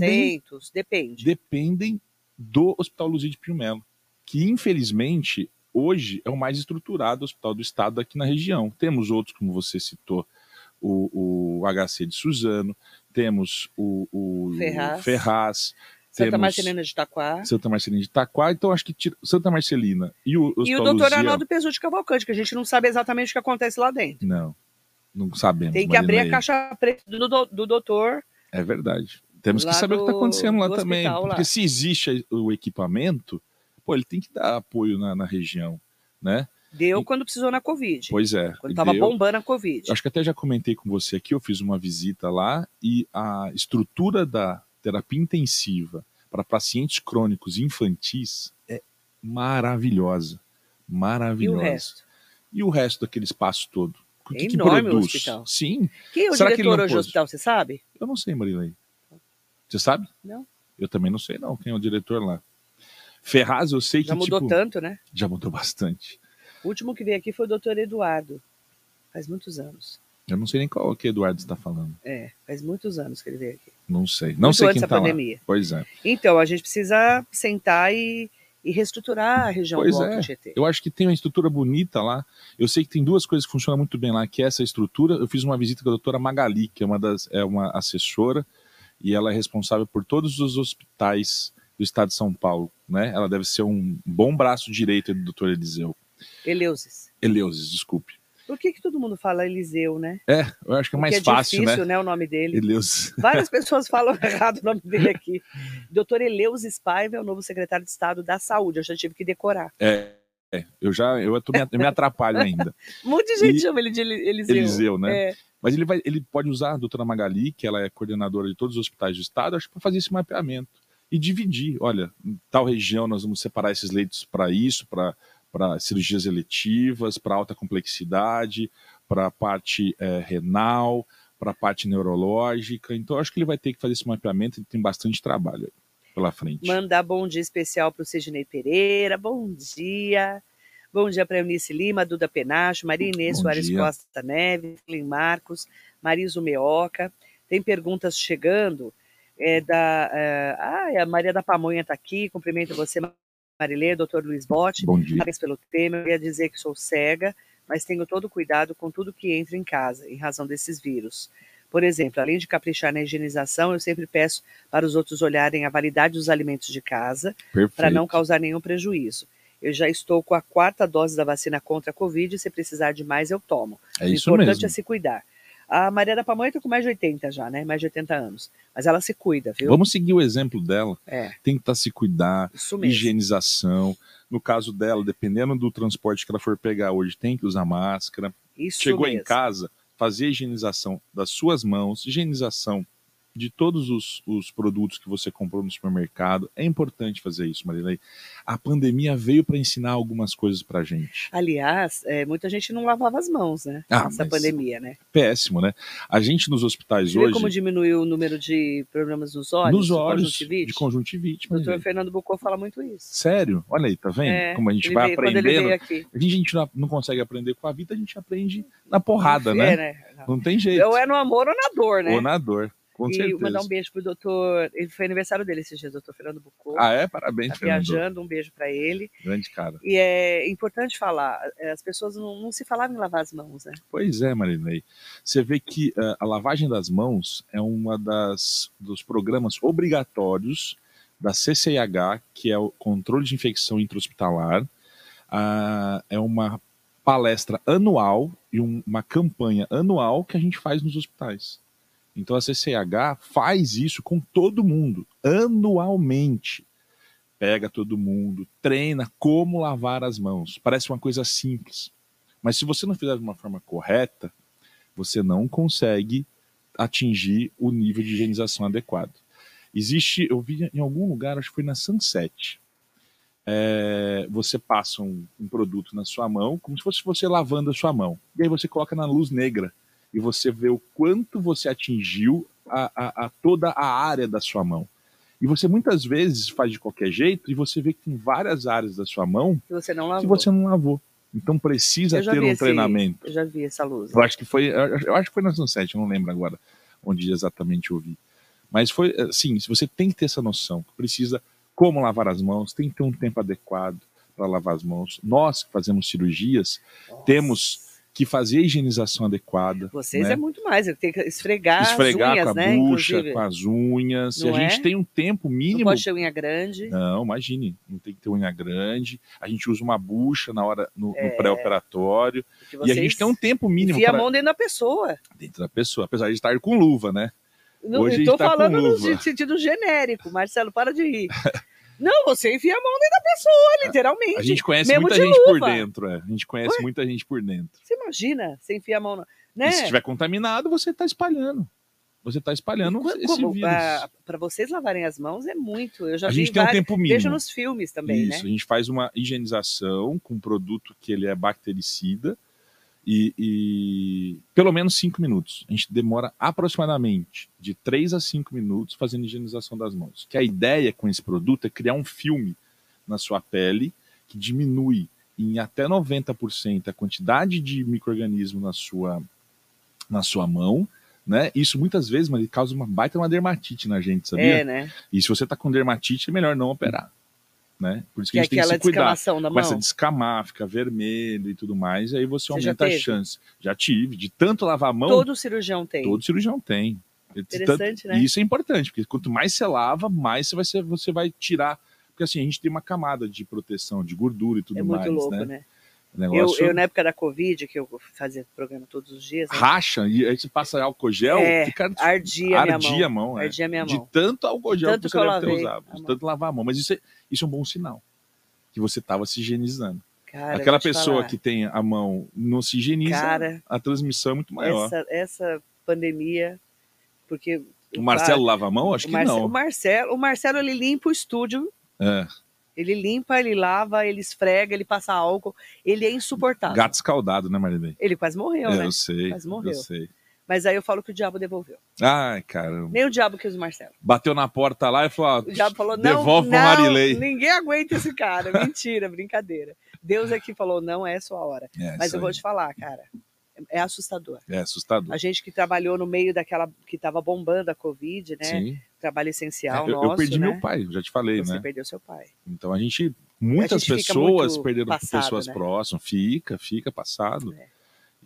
Speaker 1: 700, depende.
Speaker 2: dependem do Hospital Luzia de Pio Melo, que infelizmente hoje é o mais estruturado hospital do estado aqui na região. Temos outros, como você citou, o, o HC de Suzano, temos o, o
Speaker 1: Ferraz.
Speaker 2: Ferraz,
Speaker 1: Santa
Speaker 2: temos-
Speaker 1: Marcelina de Itaquá.
Speaker 2: Santa Marcelina de Itaquá, então acho que tira- Santa Marcelina e
Speaker 1: E
Speaker 2: o
Speaker 1: o
Speaker 2: Hospital
Speaker 1: doutor
Speaker 2: Luzia-
Speaker 1: Arnaldo Pesu de Cavalcante, que a gente não sabe exatamente o que acontece lá dentro.
Speaker 2: Não, não sabemos.
Speaker 1: Tem que
Speaker 2: Marina,
Speaker 1: abrir a
Speaker 2: aí.
Speaker 1: caixa preta do, do, do doutor.
Speaker 2: É verdade. Temos que
Speaker 1: Lá
Speaker 2: saber o que está
Speaker 1: do-
Speaker 2: acontecendo lá
Speaker 1: do
Speaker 2: também.
Speaker 1: hospital lá.
Speaker 2: Porque se existe o equipamento, pô, ele tem que dar apoio na, na região, né?
Speaker 1: Deu
Speaker 2: E-
Speaker 1: quando precisou na Covid.
Speaker 2: Pois é.
Speaker 1: quando
Speaker 2: e
Speaker 1: estava
Speaker 2: deu-
Speaker 1: bombando a Covid.
Speaker 2: Acho que até já comentei com você aqui, eu fiz uma visita lá e a estrutura da terapia intensiva para pacientes crônicos infantis é maravilhosa.
Speaker 1: E o
Speaker 2: Maravilhosa.
Speaker 1: resto?
Speaker 2: e o resto daquele espaço todo? O
Speaker 1: É
Speaker 2: que, que
Speaker 1: enorme o
Speaker 2: produz?
Speaker 1: hospital.
Speaker 2: Sim,
Speaker 1: Quem é o
Speaker 2: Será que ele
Speaker 1: diretor
Speaker 2: não
Speaker 1: hoje do
Speaker 2: pôs?
Speaker 1: hospital, você sabe?
Speaker 2: eu não sei, Marilei. Você sabe?
Speaker 1: Não.
Speaker 2: Eu também não sei, não, quem é o diretor lá. Ferraz, eu sei
Speaker 1: Já
Speaker 2: que
Speaker 1: mudou
Speaker 2: tipo,
Speaker 1: tanto, né?
Speaker 2: já mudou bastante.
Speaker 1: O último que veio aqui foi o doutor Eduardo. Faz muitos anos.
Speaker 2: Eu não sei nem qual que Eduardo está falando.
Speaker 1: É, faz muitos anos que ele veio aqui.
Speaker 2: Não sei. Não
Speaker 1: Muito
Speaker 2: sei
Speaker 1: antes
Speaker 2: quem
Speaker 1: da
Speaker 2: está lá.
Speaker 1: pandemia.
Speaker 2: Pois é.
Speaker 1: Então, a gente precisa sentar e, e reestruturar a região
Speaker 2: Pois
Speaker 1: do
Speaker 2: é.
Speaker 1: Alto Tietê.
Speaker 2: Eu acho que tem uma estrutura bonita lá. Eu sei que tem duas coisas que funcionam muito bem lá, que é essa estrutura. Eu fiz uma visita com a doutora Magali, que é uma, das, é uma assessora, e ela é responsável por todos os hospitais do estado de São Paulo. Né? Ela deve ser um bom braço direito do doutor Eliseu.
Speaker 1: Eleusis.
Speaker 2: Eleusis, desculpe.
Speaker 1: Por que, que todo mundo fala Eliseu, né?
Speaker 2: É, eu acho que
Speaker 1: Porque
Speaker 2: é mais
Speaker 1: é
Speaker 2: fácil,
Speaker 1: difícil,
Speaker 2: né?
Speaker 1: né? o nome dele.
Speaker 2: Eleusis.
Speaker 1: Várias pessoas falam errado o nome dele aqui. Doutor Eleusis Paiva é o novo secretário de Estado da Saúde. Eu já tive que decorar.
Speaker 2: É, eu já eu, tô, me- eu me atrapalho ainda.
Speaker 1: Um monte de gente chama ele de Eli- Eliseu.
Speaker 2: Eliseu, né?
Speaker 1: É.
Speaker 2: Mas ele, vai, ele pode usar a doutora Magali, que ela é coordenadora de todos os hospitais do estado, acho que para fazer esse mapeamento e dividir. Olha, em tal região nós vamos separar esses leitos para isso, para cirurgias eletivas, para alta complexidade, para a parte eh, renal, para a parte neurológica. Então acho que ele vai ter que fazer esse mapeamento, ele tem bastante trabalho aí pela frente.
Speaker 1: Mandar bom dia especial para o Sidney Pereira. Bom dia. Bom dia para Eunice Lima, Duda Penacho, Maria Inês
Speaker 2: Bom
Speaker 1: Soares
Speaker 2: dia.
Speaker 1: Costa Neves, Lin Marcos, Mariso Meoca. Tem perguntas chegando. É da, é, ah, a Maria da Pamonha está aqui. Cumprimento você, Marilê, doutor Luiz Botti.
Speaker 2: Bom dia.
Speaker 1: Parabéns pelo tema. Eu ia dizer que sou cega, mas tenho todo cuidado com tudo que entra em casa, em razão desses vírus. Por exemplo, além de caprichar na higienização, eu sempre peço para os outros olharem a validade dos alimentos de casa, para
Speaker 2: Perfeito.
Speaker 1: não causar nenhum prejuízo. Eu já estou com a quarta dose da vacina contra a Covid, e se precisar de mais, eu tomo.
Speaker 2: É
Speaker 1: o
Speaker 2: isso
Speaker 1: importante
Speaker 2: mesmo.
Speaker 1: é se cuidar. A Maria da Pamonha está com mais de 80 já, né? Mais de 80 anos. Mas ela se cuida, viu?
Speaker 2: Vamos seguir o exemplo dela.
Speaker 1: É,
Speaker 2: Tem que estar se cuidar,
Speaker 1: isso mesmo.
Speaker 2: higienização. No caso dela, dependendo do transporte que ela for pegar hoje, tem que usar máscara.
Speaker 1: Isso
Speaker 2: Chegou
Speaker 1: mesmo.
Speaker 2: em casa, fazer a higienização das suas mãos, higienização de todos os, os produtos que você comprou no supermercado. É importante fazer isso, Marilei. A pandemia veio para ensinar algumas coisas para gente.
Speaker 1: Aliás, é, muita gente não lavava as mãos, né?
Speaker 2: Ah,
Speaker 1: Nessa
Speaker 2: mas-
Speaker 1: pandemia, né?
Speaker 2: Péssimo, né? A gente nos hospitais
Speaker 1: Você vê
Speaker 2: hoje,
Speaker 1: como diminuiu o número de problemas nos olhos?
Speaker 2: nos
Speaker 1: de
Speaker 2: olhos
Speaker 1: conjuntivite?
Speaker 2: de conjuntivite.
Speaker 1: O doutor
Speaker 2: Marilei.
Speaker 1: Fernando Bucô fala muito isso.
Speaker 2: Sério? Olha aí, tá vendo?
Speaker 1: É,
Speaker 2: Como a gente
Speaker 1: Ele
Speaker 2: vai
Speaker 1: veio- Quando ele
Speaker 2: aprendendo.
Speaker 1: veio aqui.
Speaker 2: A gente não, não consegue aprender com a vida, a gente aprende na porrada, né?
Speaker 1: É, né?
Speaker 2: Não tem jeito.
Speaker 1: Ou é no amor ou na dor, né?
Speaker 2: Ou na dor, com
Speaker 1: e
Speaker 2: certeza.
Speaker 1: mandar um beijo pro doutor. Ele foi aniversário dele esses dias, doutor Fernando Bucô.
Speaker 2: Ah, é? Parabéns,
Speaker 1: tá
Speaker 2: Fernando.
Speaker 1: viajando, um beijo para ele.
Speaker 2: Grande cara.
Speaker 1: E é importante falar, é, as pessoas não, não se falavam em lavar as mãos, né?
Speaker 2: Pois é, Marinei. Você vê que eh, a lavagem das mãos é uma das dos programas obrigatórios da CCIH, que é o Controle de Infecção Intra-Hospitalar. Ah, é uma palestra anual e um- uma campanha anual que a gente faz nos hospitais. Então a CCH faz isso com todo mundo, anualmente. Pega todo mundo, treina como lavar as mãos. Parece uma coisa simples. Mas se você não fizer de uma forma correta, você não consegue atingir o nível de higienização adequado. Existe, eu vi em algum lugar, acho que foi na Sunset. é, você passa um, um produto na sua mão, como se fosse você lavando a sua mão. E aí você coloca na luz negra e você vê o quanto você atingiu a, a- a toda a área da sua mão. E você muitas vezes faz de qualquer jeito e você vê que tem várias áreas da sua mão
Speaker 1: Que você não
Speaker 2: que
Speaker 1: lavou.
Speaker 2: você não lavou. Então precisa
Speaker 1: Ah, Eu já
Speaker 2: ter
Speaker 1: vi
Speaker 2: um
Speaker 1: esse-
Speaker 2: treinamento.
Speaker 1: Eu já vi essa luz.
Speaker 2: Eu acho que foi, eu eu acho que foi na Sunset, eu não lembro agora onde exatamente eu vi. Mas foi assim, se você tem que ter essa noção, que precisa como lavar as mãos, tem que ter um tempo adequado para lavar as mãos. Nós que fazemos cirurgias temos que fazer a higienização adequada.
Speaker 1: Vocês
Speaker 2: né?
Speaker 1: é muito mais, tem que esfregar,
Speaker 2: esfregar
Speaker 1: as unhas,
Speaker 2: com a
Speaker 1: né?
Speaker 2: bucha,
Speaker 1: Inclusive.
Speaker 2: com as unhas. e
Speaker 1: Não
Speaker 2: a gente
Speaker 1: é?
Speaker 2: tem um tempo
Speaker 1: Não
Speaker 2: mínimo Né.
Speaker 1: pode ter unha grande.
Speaker 2: não, imagine, não tem que ter unha grande. A gente usa uma bucha na hora no, no pré-operatório
Speaker 1: porque
Speaker 2: e a
Speaker 1: É. vocês
Speaker 2: gente tem um tempo mínimo
Speaker 1: enfia a
Speaker 2: pra-
Speaker 1: mão dentro da pessoa.
Speaker 2: dentro da pessoa, apesar de estar com luva, né?
Speaker 1: Não,
Speaker 2: Hoje a
Speaker 1: eu
Speaker 2: gente
Speaker 1: tô
Speaker 2: tá com
Speaker 1: falando no
Speaker 2: luva.
Speaker 1: gen- sentido um genérico, Marcelo, para de rir. Não, você enfia a mão dentro da pessoa, literalmente.
Speaker 2: É. A gente conhece
Speaker 1: mesmo
Speaker 2: muita
Speaker 1: de
Speaker 2: gente por
Speaker 1: luva.
Speaker 2: dentro, é. A gente conhece muita gente por dentro.
Speaker 1: Você imagina, você enfia a mão, na- né?
Speaker 2: E se estiver contaminado, você está espalhando. Você está espalhando
Speaker 1: Como-
Speaker 2: esse
Speaker 1: como-
Speaker 2: vírus.
Speaker 1: ah, Pra vocês lavarem as mãos é muito. Eu já
Speaker 2: a
Speaker 1: vi
Speaker 2: gente tem um
Speaker 1: vários-
Speaker 2: tempo mínimo.
Speaker 1: Vejo nos filmes também,
Speaker 2: Isso,
Speaker 1: né?
Speaker 2: a gente faz uma higienização com um produto que ele é bactericida e, e pelo menos 5 minutos. A gente demora aproximadamente de 3 a 5 minutos fazendo higienização das mãos. Que a ideia com esse produto é criar um filme na sua pele que diminui em até 90% a quantidade de micro-organismo na sua, na sua mão. Né? Isso muitas vezes mas ele causa uma baita uma dermatite na gente, sabia?
Speaker 1: É, né?
Speaker 2: E se você está com dermatite, é melhor não operar. Né? Por isso que
Speaker 1: Que é
Speaker 2: a gente tem que
Speaker 1: aquela
Speaker 2: se cuidar.
Speaker 1: descamação da mão.
Speaker 2: Começa a descamar, fica vermelho e tudo mais, e aí você,
Speaker 1: Você já
Speaker 2: aumenta a
Speaker 1: teve?
Speaker 2: chance. Já tive, de tanto lavar a mão, todo,
Speaker 1: Todo cirurgião tem.
Speaker 2: cirurgião tem. De tanto-
Speaker 1: Interessante, né?
Speaker 2: E isso é importante, porque quanto mais você lava, mais você vai, ser- você vai tirar. Porque assim, a gente tem uma camada de proteção, de gordura e tudo
Speaker 1: É muito
Speaker 2: mais,
Speaker 1: louco,
Speaker 2: né?
Speaker 1: né?
Speaker 2: O
Speaker 1: Eu,
Speaker 2: negócio
Speaker 1: eu, na época da Covid, que eu fazia programa todos os dias, né?
Speaker 2: racha, e aí você passa álcool gel,
Speaker 1: É,
Speaker 2: fica
Speaker 1: ardia, minha mão.
Speaker 2: ardia a mão. é.
Speaker 1: Ardia minha
Speaker 2: de
Speaker 1: mão.
Speaker 2: tanto álcool gel
Speaker 1: tanto
Speaker 2: que
Speaker 1: que
Speaker 2: você
Speaker 1: eu
Speaker 2: deve ter
Speaker 1: lavei
Speaker 2: usado,
Speaker 1: a
Speaker 2: de
Speaker 1: mão.
Speaker 2: tanto lavar a mão. Mas isso é, isso é um bom sinal, que você estava se higienizando.
Speaker 1: Cara, eu vou
Speaker 2: Aquela
Speaker 1: te
Speaker 2: pessoa
Speaker 1: falar.
Speaker 2: que tem a mão não se higieniza,
Speaker 1: Cara,
Speaker 2: a transmissão é muito maior.
Speaker 1: essa, essa pandemia, porque...
Speaker 2: O Marcelo lava a mão? Acho
Speaker 1: o
Speaker 2: que
Speaker 1: Marce-
Speaker 2: não.
Speaker 1: O Marcelo, o Marcelo, ele limpa o estúdio,
Speaker 2: É,
Speaker 1: ele limpa, ele lava, ele esfrega, ele passa álcool, ele é insuportável.
Speaker 2: gato escaldado, né, Marilene?
Speaker 1: Ele quase morreu,
Speaker 2: É,
Speaker 1: né?
Speaker 2: eu sei,
Speaker 1: Mas morreu.
Speaker 2: eu sei.
Speaker 1: Mas aí eu falo que o diabo devolveu.
Speaker 2: Ai, caramba.
Speaker 1: Nem o diabo quis o Marcelo.
Speaker 2: Bateu na porta lá e falou:
Speaker 1: O diabo falou, não,
Speaker 2: devolve
Speaker 1: não,
Speaker 2: pro Marilei.
Speaker 1: ninguém aguenta esse cara. Mentira, brincadeira. Deus é que falou, não é sua hora.
Speaker 2: É,
Speaker 1: Mas
Speaker 2: isso
Speaker 1: eu vou
Speaker 2: aí
Speaker 1: te falar, cara, é assustador.
Speaker 2: é assustador.
Speaker 1: A gente que trabalhou no meio daquela que estava bombando a Covid, né?
Speaker 2: Sim.
Speaker 1: Trabalho
Speaker 2: É,
Speaker 1: essencial
Speaker 2: eu, eu
Speaker 1: nosso,
Speaker 2: perdi
Speaker 1: né?
Speaker 2: meu pai, já te falei,
Speaker 1: Você
Speaker 2: né?
Speaker 1: perdeu seu pai.
Speaker 2: Então a gente. Muitas
Speaker 1: gente fica
Speaker 2: pessoas
Speaker 1: muito
Speaker 2: perderam
Speaker 1: passado,
Speaker 2: pessoas
Speaker 1: né?
Speaker 2: próximas. Fica, fica passado.
Speaker 1: É.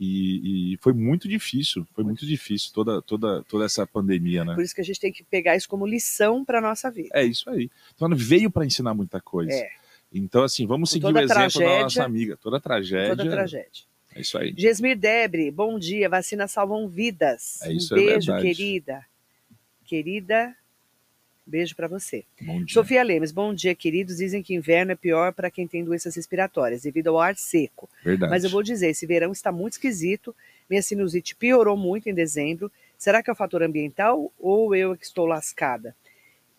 Speaker 2: E, e foi muito difícil, foi muito difícil toda, toda, toda essa pandemia, né?
Speaker 1: Por isso que a gente tem que pegar isso como lição para nossa vida.
Speaker 2: É isso aí. Então ela veio para ensinar muita coisa.
Speaker 1: É.
Speaker 2: Então, assim, vamos
Speaker 1: Com
Speaker 2: seguir o
Speaker 1: toda a
Speaker 2: exemplo da nossa
Speaker 1: tragédia-
Speaker 2: amiga. Toda a tragédia.
Speaker 1: Toda tragédia.
Speaker 2: É isso aí.
Speaker 1: Gesmir Debre, bom dia. Vacinas salvam vidas.
Speaker 2: É isso,
Speaker 1: um
Speaker 2: é
Speaker 1: beijo,
Speaker 2: verdade.
Speaker 1: querida. Querida, beijo para você.
Speaker 2: Bom dia.
Speaker 1: Sofia Lemes, bom dia, queridos. Dizem que inverno é pior para quem tem doenças respiratórias, devido ao ar seco.
Speaker 2: Verdade.
Speaker 1: Mas eu vou dizer, esse verão está muito esquisito. Minha sinusite piorou muito em dezembro. Será que é o fator ambiental ou eu é que estou lascada?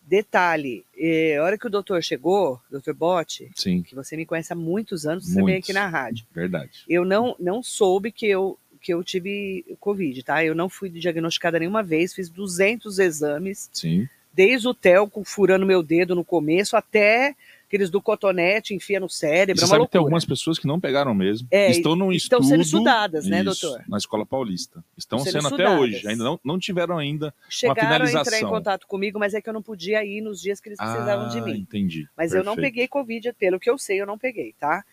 Speaker 1: Detalhe, eh, a hora que o doutor chegou, doutor Botti,
Speaker 2: Sim,
Speaker 1: que você me conhece há muitos anos, você
Speaker 2: Muitos.
Speaker 1: veio aqui na rádio.
Speaker 2: verdade.
Speaker 1: Eu não, não soube que eu, que eu tive Covid, tá? Eu não fui diagnosticada nenhuma vez, fiz 200 exames,
Speaker 2: Sim.
Speaker 1: desde o telco furando meu dedo no começo até aqueles do cotonete, enfia no
Speaker 2: E
Speaker 1: cérebro, é
Speaker 2: você
Speaker 1: uma
Speaker 2: sabe que tem
Speaker 1: loucura.
Speaker 2: algumas pessoas que não pegaram mesmo.
Speaker 1: É,
Speaker 2: estão num
Speaker 1: estão
Speaker 2: estudo,
Speaker 1: sendo estudadas, né,
Speaker 2: Isso,
Speaker 1: doutor?
Speaker 2: Na Escola Paulista. Estão
Speaker 1: Estão
Speaker 2: sendo
Speaker 1: sendo
Speaker 2: até hoje.
Speaker 1: estudadas.
Speaker 2: Ainda não, não tiveram ainda.
Speaker 1: Chegaram a entrar em
Speaker 2: finalização.
Speaker 1: contato comigo, mas é que eu não podia ir nos dias que eles precisavam
Speaker 2: ah,
Speaker 1: de mim.
Speaker 2: entendi.
Speaker 1: Mas eu não
Speaker 2: Perfeito.
Speaker 1: peguei Covid, pelo que eu sei, eu não peguei, tá?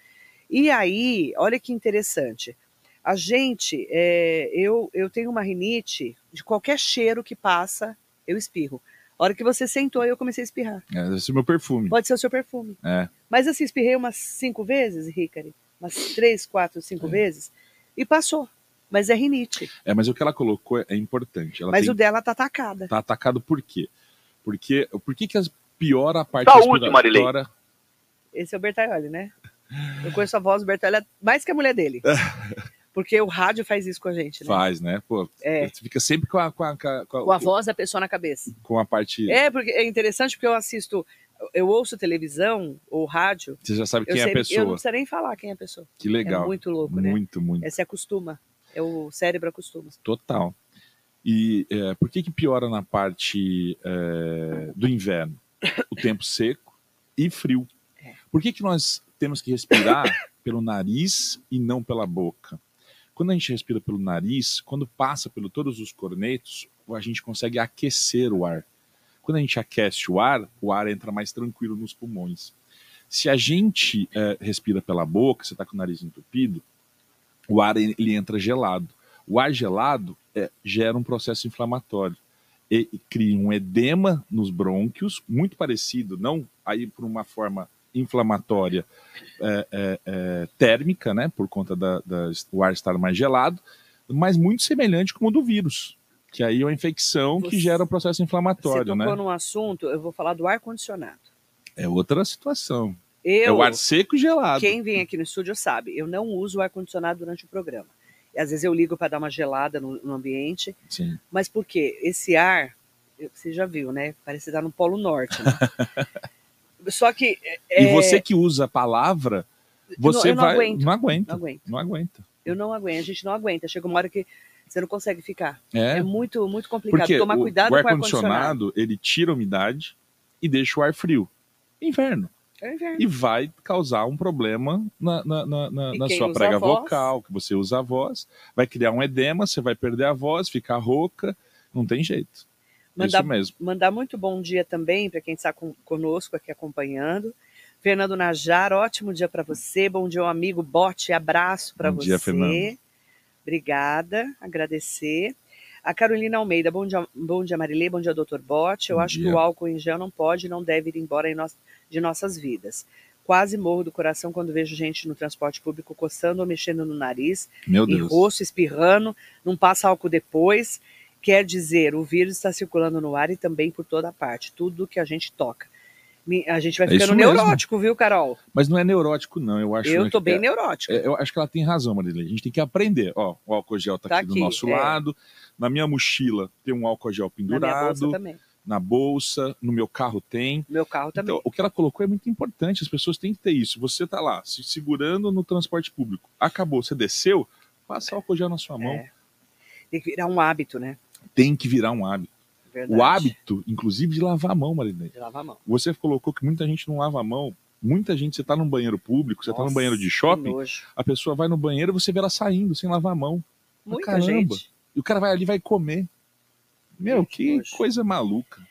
Speaker 1: E aí, olha que interessante. A gente, é, eu, eu tenho uma rinite, de qualquer cheiro que passa, eu espirro. A hora que você sentou, eu comecei a espirrar.
Speaker 2: É, esse é o meu perfume.
Speaker 1: Pode ser o seu perfume.
Speaker 2: É.
Speaker 1: Mas assim, espirrei umas cinco vezes, Ricari. Umas três, quatro, cinco
Speaker 2: É.
Speaker 1: vezes. E passou. Mas é rinite.
Speaker 2: é, mas o que ela colocou é, é importante. Ela
Speaker 1: Mas
Speaker 2: tem,
Speaker 1: o dela tá atacada.
Speaker 2: tá atacado por quê? Porque por que, que as- piora a parte
Speaker 3: Saúde,
Speaker 2: respiratória?
Speaker 1: Esse é o Bertaioli, né? Eu conheço a voz do Bertaioli mais que a mulher dele. Porque o rádio faz isso com a gente, né?
Speaker 2: Faz, né? Pô,
Speaker 1: É.
Speaker 2: você fica sempre com a, com a, com a- com a-
Speaker 1: Com a voz da pessoa na cabeça.
Speaker 2: com a parte.
Speaker 1: É, porque é interessante porque eu assisto, eu ouço televisão ou rádio,
Speaker 2: Você já sabe
Speaker 1: eu,
Speaker 2: quem é a
Speaker 1: sei- eu não
Speaker 2: pessoa.
Speaker 1: preciso nem falar quem é a pessoa.
Speaker 2: Que legal.
Speaker 1: É muito louco, né?
Speaker 2: muito, muito.
Speaker 1: É, se acostuma. É o cérebro acostuma.
Speaker 2: Total. E é, por que, que piora na parte é, do inverno? O tempo seco e frio. Por que, que nós temos que respirar pelo nariz e não pela boca? Quando a gente respira pelo nariz, quando passa pelo todos os cornetos, a gente consegue aquecer o ar. Quando a gente aquece o ar, o ar entra mais tranquilo nos pulmões. Se a gente é, respira pela boca, você está com o nariz entupido, o ar ele entra gelado. O ar gelado é, gera um processo inflamatório e, e cria um edema nos brônquios, muito parecido, não aí por uma forma inflamatória é, é, é, térmica, né, por conta da, da- do ar estar mais gelado, mas muito semelhante como o do vírus, que aí é uma infecção que
Speaker 1: Você-
Speaker 2: gera um processo
Speaker 1: Você
Speaker 2: inflamatório,
Speaker 1: tocou
Speaker 2: né?
Speaker 1: num assunto, eu vou falar do ar-condicionado.
Speaker 2: É outra situação.
Speaker 1: Eu,
Speaker 2: É o ar seco e gelado.
Speaker 1: Quem vem aqui no estúdio sabe, eu não uso ar-condicionado durante o programa. E às vezes eu ligo para dar uma gelada no, no ambiente,
Speaker 2: Sim.
Speaker 1: mas por quê? Esse ar, eu- você já viu, né? Parece estar no Polo Norte. né? Só que. é,
Speaker 2: E você que usa a palavra, você
Speaker 1: eu não
Speaker 2: vai.
Speaker 1: aguento.
Speaker 2: Não aguenta.
Speaker 1: Não aguento.
Speaker 2: Não aguenta.
Speaker 1: Eu não aguento, a gente não aguenta. Chega uma hora que você não consegue ficar. É,
Speaker 2: É,
Speaker 1: muito, muito complicado.
Speaker 2: porque
Speaker 1: Tomar
Speaker 2: o,
Speaker 1: cuidado
Speaker 2: o
Speaker 1: com o ar-condicionado.
Speaker 2: ar-condicionado ele tira a umidade e deixa o ar frio. Inverno.
Speaker 1: É o inverno.
Speaker 2: E vai causar um problema na, na, na, na-
Speaker 1: E
Speaker 2: na
Speaker 1: quem
Speaker 2: sua
Speaker 1: usa
Speaker 2: prega
Speaker 1: a voz?
Speaker 2: vocal, que você usa a voz, vai criar um edema, você vai perder a voz, ficar rouca, não tem jeito.
Speaker 1: Mandar,
Speaker 2: Isso mesmo.
Speaker 1: mandar muito bom dia também para quem está com- conosco aqui acompanhando. Fernando Najar, ótimo dia para você. Bom dia, um amigo Bote. Abraço para
Speaker 2: Bom
Speaker 1: você.
Speaker 2: dia, Fernando.
Speaker 1: Obrigada, agradecer. A Carolina Almeida, bom dia, bom dia Marilê, bom dia, doutor Bote. Eu
Speaker 2: Bom
Speaker 1: acho que
Speaker 2: dia.
Speaker 1: o álcool em gel não pode e não deve ir embora em nós- de nossas vidas. Quase morro do coração quando vejo gente no transporte público coçando ou mexendo no nariz
Speaker 2: Meu
Speaker 1: e
Speaker 2: Deus.
Speaker 1: rosto espirrando, não passa álcool depois. Quer dizer, o vírus está circulando no ar e também por toda parte, tudo que a gente toca. Mi- A gente vai
Speaker 2: É
Speaker 1: ficando
Speaker 2: isso mesmo.
Speaker 1: neurótico, viu, Carol?
Speaker 2: Mas não é neurótico, não. Eu acho
Speaker 1: Eu
Speaker 2: né,
Speaker 1: tô
Speaker 2: que
Speaker 1: bem
Speaker 2: é-
Speaker 1: neurótico.
Speaker 2: É, Eu acho que ela tem razão, Marilene. A gente tem que aprender. Ó, o álcool gel tá,
Speaker 1: Tá
Speaker 2: aqui do
Speaker 1: aqui,
Speaker 2: nosso
Speaker 1: é.
Speaker 2: lado. Na minha mochila tem um álcool gel
Speaker 1: Na minha bolsa
Speaker 2: pendurado.
Speaker 1: também.
Speaker 2: na bolsa, no meu carro tem.
Speaker 1: No meu carro também.
Speaker 2: Então, o que ela colocou é muito importante. As pessoas têm que ter isso. Você tá lá, se tá segurando no transporte público. Acabou, você desceu, passa álcool gel na sua mão.
Speaker 1: É. Tem que virar um hábito, né?
Speaker 2: Tem que virar um hábito.
Speaker 1: Verdade.
Speaker 2: O hábito, inclusive, de lavar a mão, Marinei.
Speaker 1: De lavar a mão.
Speaker 2: Você colocou que muita gente não lava a mão. Muita gente, você tá num banheiro público, você tá num
Speaker 1: Nossa,
Speaker 2: banheiro de
Speaker 1: que
Speaker 2: shopping,
Speaker 1: nojo.
Speaker 2: a pessoa vai no banheiro, você vê ela saindo sem lavar a mão. Ah,
Speaker 1: Muita
Speaker 2: caramba.
Speaker 1: gente.
Speaker 2: E o cara vai ali e vai comer. Meu,
Speaker 1: Gente,
Speaker 2: que
Speaker 1: nojo.
Speaker 2: coisa maluca.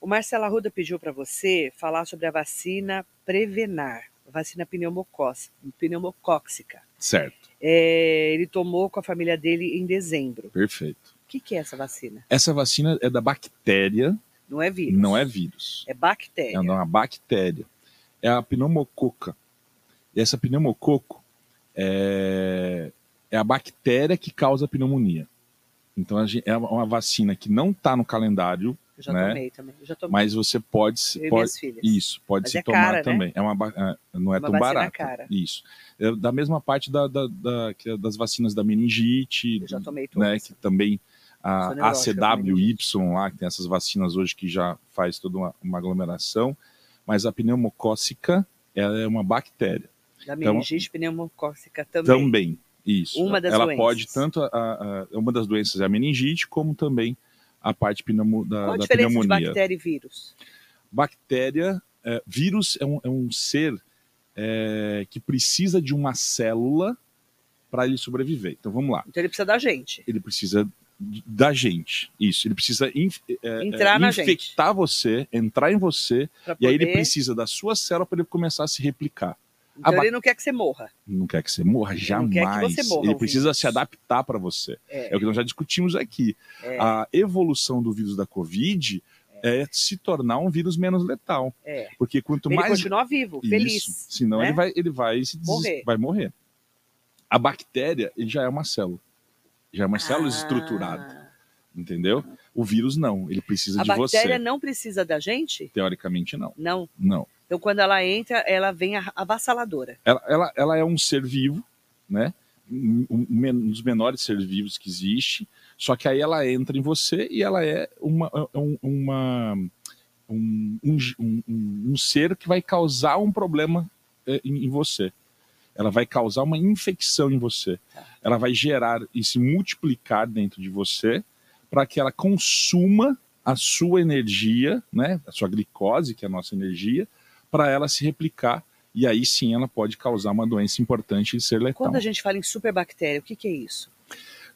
Speaker 1: O Marcelo Arruda pediu para você falar sobre a vacina Prevenar, vacina pneumocóci- pneumocóxica.
Speaker 2: Certo,
Speaker 1: É, ele tomou com a família dele em dezembro.
Speaker 2: perfeito.
Speaker 1: O que, que é essa vacina?
Speaker 2: Essa vacina é da bactéria,
Speaker 1: Não é vírus.
Speaker 2: não é vírus.
Speaker 1: É bactéria.
Speaker 2: É uma bactéria. É a pneumococa. E essa pneumococo é, é a bactéria que causa a pneumonia. Então a gen- é uma uma vacina que não está no calendário,
Speaker 1: Eu já
Speaker 2: né?
Speaker 1: tomei também. Eu já tomei.
Speaker 2: mas você pode, se-
Speaker 1: eu e
Speaker 2: pode
Speaker 1: minhas filhas.
Speaker 2: isso, pode
Speaker 1: Mas
Speaker 2: se
Speaker 1: é
Speaker 2: tomar
Speaker 1: cara, né?
Speaker 2: também. É uma ba- é, não é
Speaker 1: Uma
Speaker 2: tão
Speaker 1: vacina
Speaker 2: barata.
Speaker 1: cara.
Speaker 2: Isso. É da mesma parte da- da- da- que é das vacinas da meningite,
Speaker 1: Eu já tomei tudo.
Speaker 2: né, que também
Speaker 1: Sou
Speaker 2: a
Speaker 1: neurótica,
Speaker 2: ACWY lá, que tem essas vacinas hoje que já faz toda uma, uma aglomeração, mas a pneumocócica ela é uma bactéria
Speaker 1: Da meningite pneumocócica também.
Speaker 2: também. Isso.
Speaker 1: Uma das
Speaker 2: ela
Speaker 1: doenças.
Speaker 2: pode tanto a, a- a- uma das doenças é a meningite, como também a parte pneumo, da,
Speaker 1: Qual a
Speaker 2: da
Speaker 1: diferença de
Speaker 2: pneumonia.
Speaker 1: bactéria e vírus?
Speaker 2: Bactéria, é, vírus é um, é um ser é, que precisa de uma célula para ele sobreviver. Então vamos lá.
Speaker 1: Então ele precisa da gente.
Speaker 2: ele precisa de- da gente. Isso, ele precisa inf- é,
Speaker 1: Entrar
Speaker 2: é,
Speaker 1: na
Speaker 2: infectar você, entrar em você,
Speaker 1: pra
Speaker 2: e aí ele
Speaker 1: poder-
Speaker 2: precisa Ah, da sua célula para ele começar a se replicar.
Speaker 1: Então
Speaker 2: ba-
Speaker 1: ele não quer que você morra.
Speaker 2: Não quer que você morra
Speaker 1: Não
Speaker 2: jamais.
Speaker 1: quer que você morra,
Speaker 2: ele
Speaker 1: o
Speaker 2: precisa
Speaker 1: vírus.
Speaker 2: se adaptar para você.
Speaker 1: É,
Speaker 2: É o que nós já discutimos aqui.
Speaker 1: é,
Speaker 2: A evolução do vírus da Covid é, se tornar um vírus menos letal,
Speaker 1: é.
Speaker 2: porque quanto
Speaker 1: Ele
Speaker 2: mais
Speaker 1: continua vivo,
Speaker 2: Isso.
Speaker 1: feliz.
Speaker 2: Senão
Speaker 1: né?
Speaker 2: ele vai, ele vai se deses-
Speaker 1: Morrer.
Speaker 2: vai morrer. A bactéria ele já é uma célula, já é uma célula estruturada,
Speaker 1: Ah,
Speaker 2: entendeu? O vírus não, ele precisa
Speaker 1: A
Speaker 2: de
Speaker 1: bactéria
Speaker 2: você.
Speaker 1: não precisa da gente?
Speaker 2: Teoricamente não,
Speaker 1: Não.
Speaker 2: não.
Speaker 1: Então quando ela entra, ela vem a- avassaladora.
Speaker 2: Ela, ela, ela é um ser vivo, né? Um, um- um dos menores seres vivos que existe. Só que aí ela entra em você e ela é uma, é um, uma um, um, um- um- um ser que vai causar um problema eh, em, em você. Ela vai causar uma infecção em você. Ela vai gerar e se multiplicar dentro de você para que ela consuma a sua energia, né, a sua glicose, que é a nossa energia, para ela se replicar. E aí sim ela pode causar uma doença importante e ser letal.
Speaker 1: Quando a gente fala em superbactéria, o que, que é isso?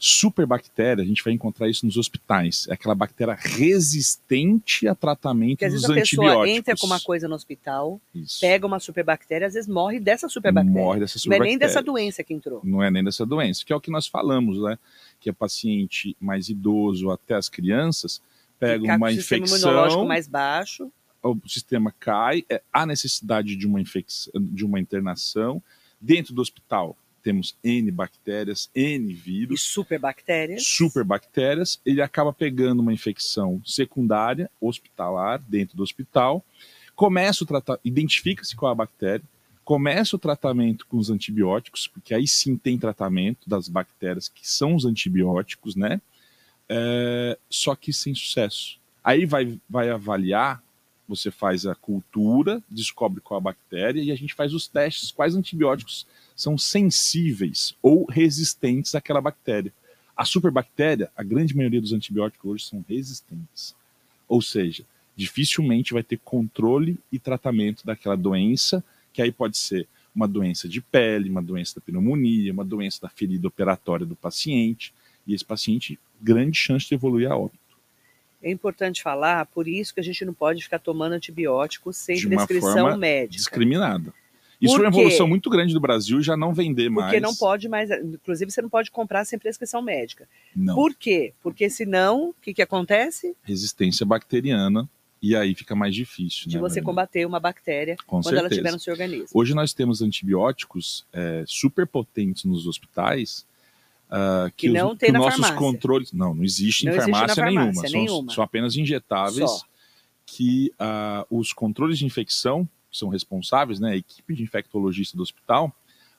Speaker 2: Superbactéria, a gente vai encontrar isso nos hospitais. É aquela bactéria resistente a tratamento
Speaker 1: Porque às
Speaker 2: dos
Speaker 1: vezes a pessoa
Speaker 2: antibióticos.
Speaker 1: entra com uma coisa no hospital,
Speaker 2: Isso.
Speaker 1: pega uma superbactéria, às vezes morre dessa superbactéria.
Speaker 2: Morre dessa
Speaker 1: Não é
Speaker 2: superbactéria.
Speaker 1: nem dessa doença que entrou.
Speaker 2: Não é nem dessa doença, que é o que nós falamos, né? Que é paciente mais idoso até as crianças pega
Speaker 1: Ficar com
Speaker 2: uma
Speaker 1: o sistema
Speaker 2: infecção,
Speaker 1: imunológico mais baixo.
Speaker 2: o sistema cai, é, há necessidade de uma infecção, de uma internação. Dentro do hospital temos N bactérias, N
Speaker 1: E
Speaker 2: vírus,
Speaker 1: superbactérias.
Speaker 2: superbactérias, ele acaba pegando uma infecção secundária, hospitalar, dentro do hospital, começa o tratamento, identifica-se qual é a bactéria, começa o tratamento com os antibióticos, porque aí sim tem tratamento das bactérias que são os antibióticos, né? É, só que sem sucesso. Aí vai, vai avaliar, você faz a cultura, descobre qual é a bactéria e a gente faz os testes, quais antibióticos são sensíveis ou resistentes àquela bactéria. A superbactéria, a grande maioria dos antibióticos hoje são resistentes. Ou seja, dificilmente vai ter controle e tratamento daquela doença, que aí pode ser uma doença de pele, uma doença da pneumonia, uma doença da ferida operatória do paciente, e esse paciente, grande chance de evoluir a óbito.
Speaker 1: É importante falar, por isso que a gente não pode ficar tomando antibiótico sem
Speaker 2: De uma
Speaker 1: prescrição
Speaker 2: forma
Speaker 1: médica.
Speaker 2: Discriminada. Isso é uma
Speaker 1: quê?
Speaker 2: evolução muito grande do Brasil, já não vender mais.
Speaker 1: Porque não pode mais, inclusive você não pode comprar sem prescrição médica.
Speaker 2: Não.
Speaker 1: Por quê? Porque senão, o que, que acontece?
Speaker 2: Resistência bacteriana, e aí fica mais difícil.
Speaker 1: De
Speaker 2: né,
Speaker 1: você
Speaker 2: Marina?
Speaker 1: combater uma bactéria
Speaker 2: Com
Speaker 1: quando ela
Speaker 2: certeza.
Speaker 1: estiver no seu organismo.
Speaker 2: Hoje nós temos antibióticos é, super potentes nos hospitais ah, que,
Speaker 1: Que
Speaker 2: os-
Speaker 1: não
Speaker 2: que
Speaker 1: tem na
Speaker 2: nossos
Speaker 1: farmácia.
Speaker 2: controles não não existe
Speaker 1: Não
Speaker 2: em
Speaker 1: existe na
Speaker 2: farmácia, nenhuma,
Speaker 1: farmácia,
Speaker 2: são,
Speaker 1: nenhuma.
Speaker 2: são apenas injetáveis
Speaker 1: Só.
Speaker 2: que ah, os controles de infecção que são responsáveis né a equipe de infectologista do hospital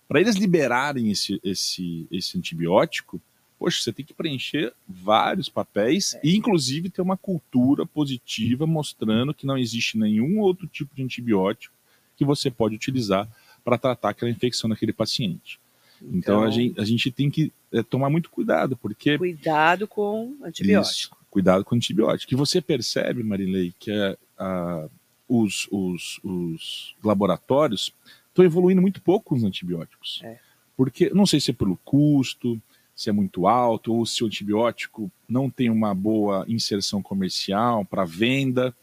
Speaker 2: para eles liberarem esse, esse esse antibiótico Poxa, você tem que preencher vários papéis e, inclusive, ter uma cultura positiva mostrando que não existe nenhum outro tipo de antibiótico que você pode utilizar para tratar aquela infecção daquele paciente. Então, a, gente, a gente tem que é, tomar muito cuidado, porque.
Speaker 1: Cuidado com antibiótico.
Speaker 2: Isso, cuidado com antibiótico. Que você percebe, Marilei, que a, a, os, os, os laboratórios estão evoluindo muito pouco os antibióticos.
Speaker 1: É.
Speaker 2: Porque, não sei se é pelo custo, se é muito alto, ou se o antibiótico não tem uma boa inserção comercial para venda,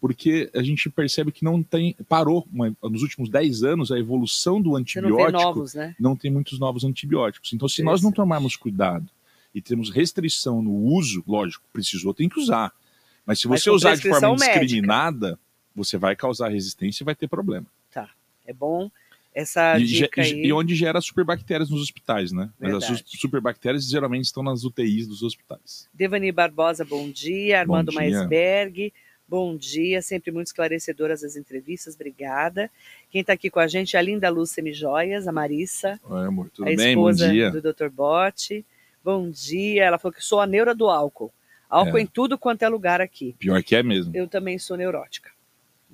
Speaker 2: porque a gente percebe que não tem. Parou uma- nos últimos 10 anos a evolução do
Speaker 1: Você não vê
Speaker 2: antibiótico
Speaker 1: novos, né?
Speaker 2: não tem muitos novos antibióticos. Então, se nós não
Speaker 1: Interessante.
Speaker 2: tomarmos cuidado e temos restrição no uso, lógico, precisou, tem que usar. Mas se
Speaker 1: Mas
Speaker 2: você
Speaker 1: com
Speaker 2: usar de forma
Speaker 1: prescrição médica.
Speaker 2: indiscriminada, você vai causar resistência e vai ter problema.
Speaker 1: É bom essa
Speaker 2: E, ge-
Speaker 1: dica aí.
Speaker 2: e onde gera superbactérias nos hospitais, né? Mas as
Speaker 1: Verdade.
Speaker 2: su- superbactérias geralmente estão nas UTIs dos hospitais.
Speaker 1: Devani Barbosa, bom dia. Armando
Speaker 2: dia.
Speaker 1: Maisberg, bom dia. Sempre muito esclarecedoras as entrevistas, obrigada. Quem está aqui com a gente é a linda Luz Semijoias, a Marissa,
Speaker 2: Oi, amor, tudo
Speaker 1: a
Speaker 2: bem? Bom
Speaker 1: esposa
Speaker 2: dia.
Speaker 1: do Dr. Bote. Bom dia. Ela falou que sou a neura do álcool. Álcool
Speaker 2: É.
Speaker 1: em tudo quanto é lugar aqui.
Speaker 2: Pior que é mesmo.
Speaker 1: Eu também sou neurótica.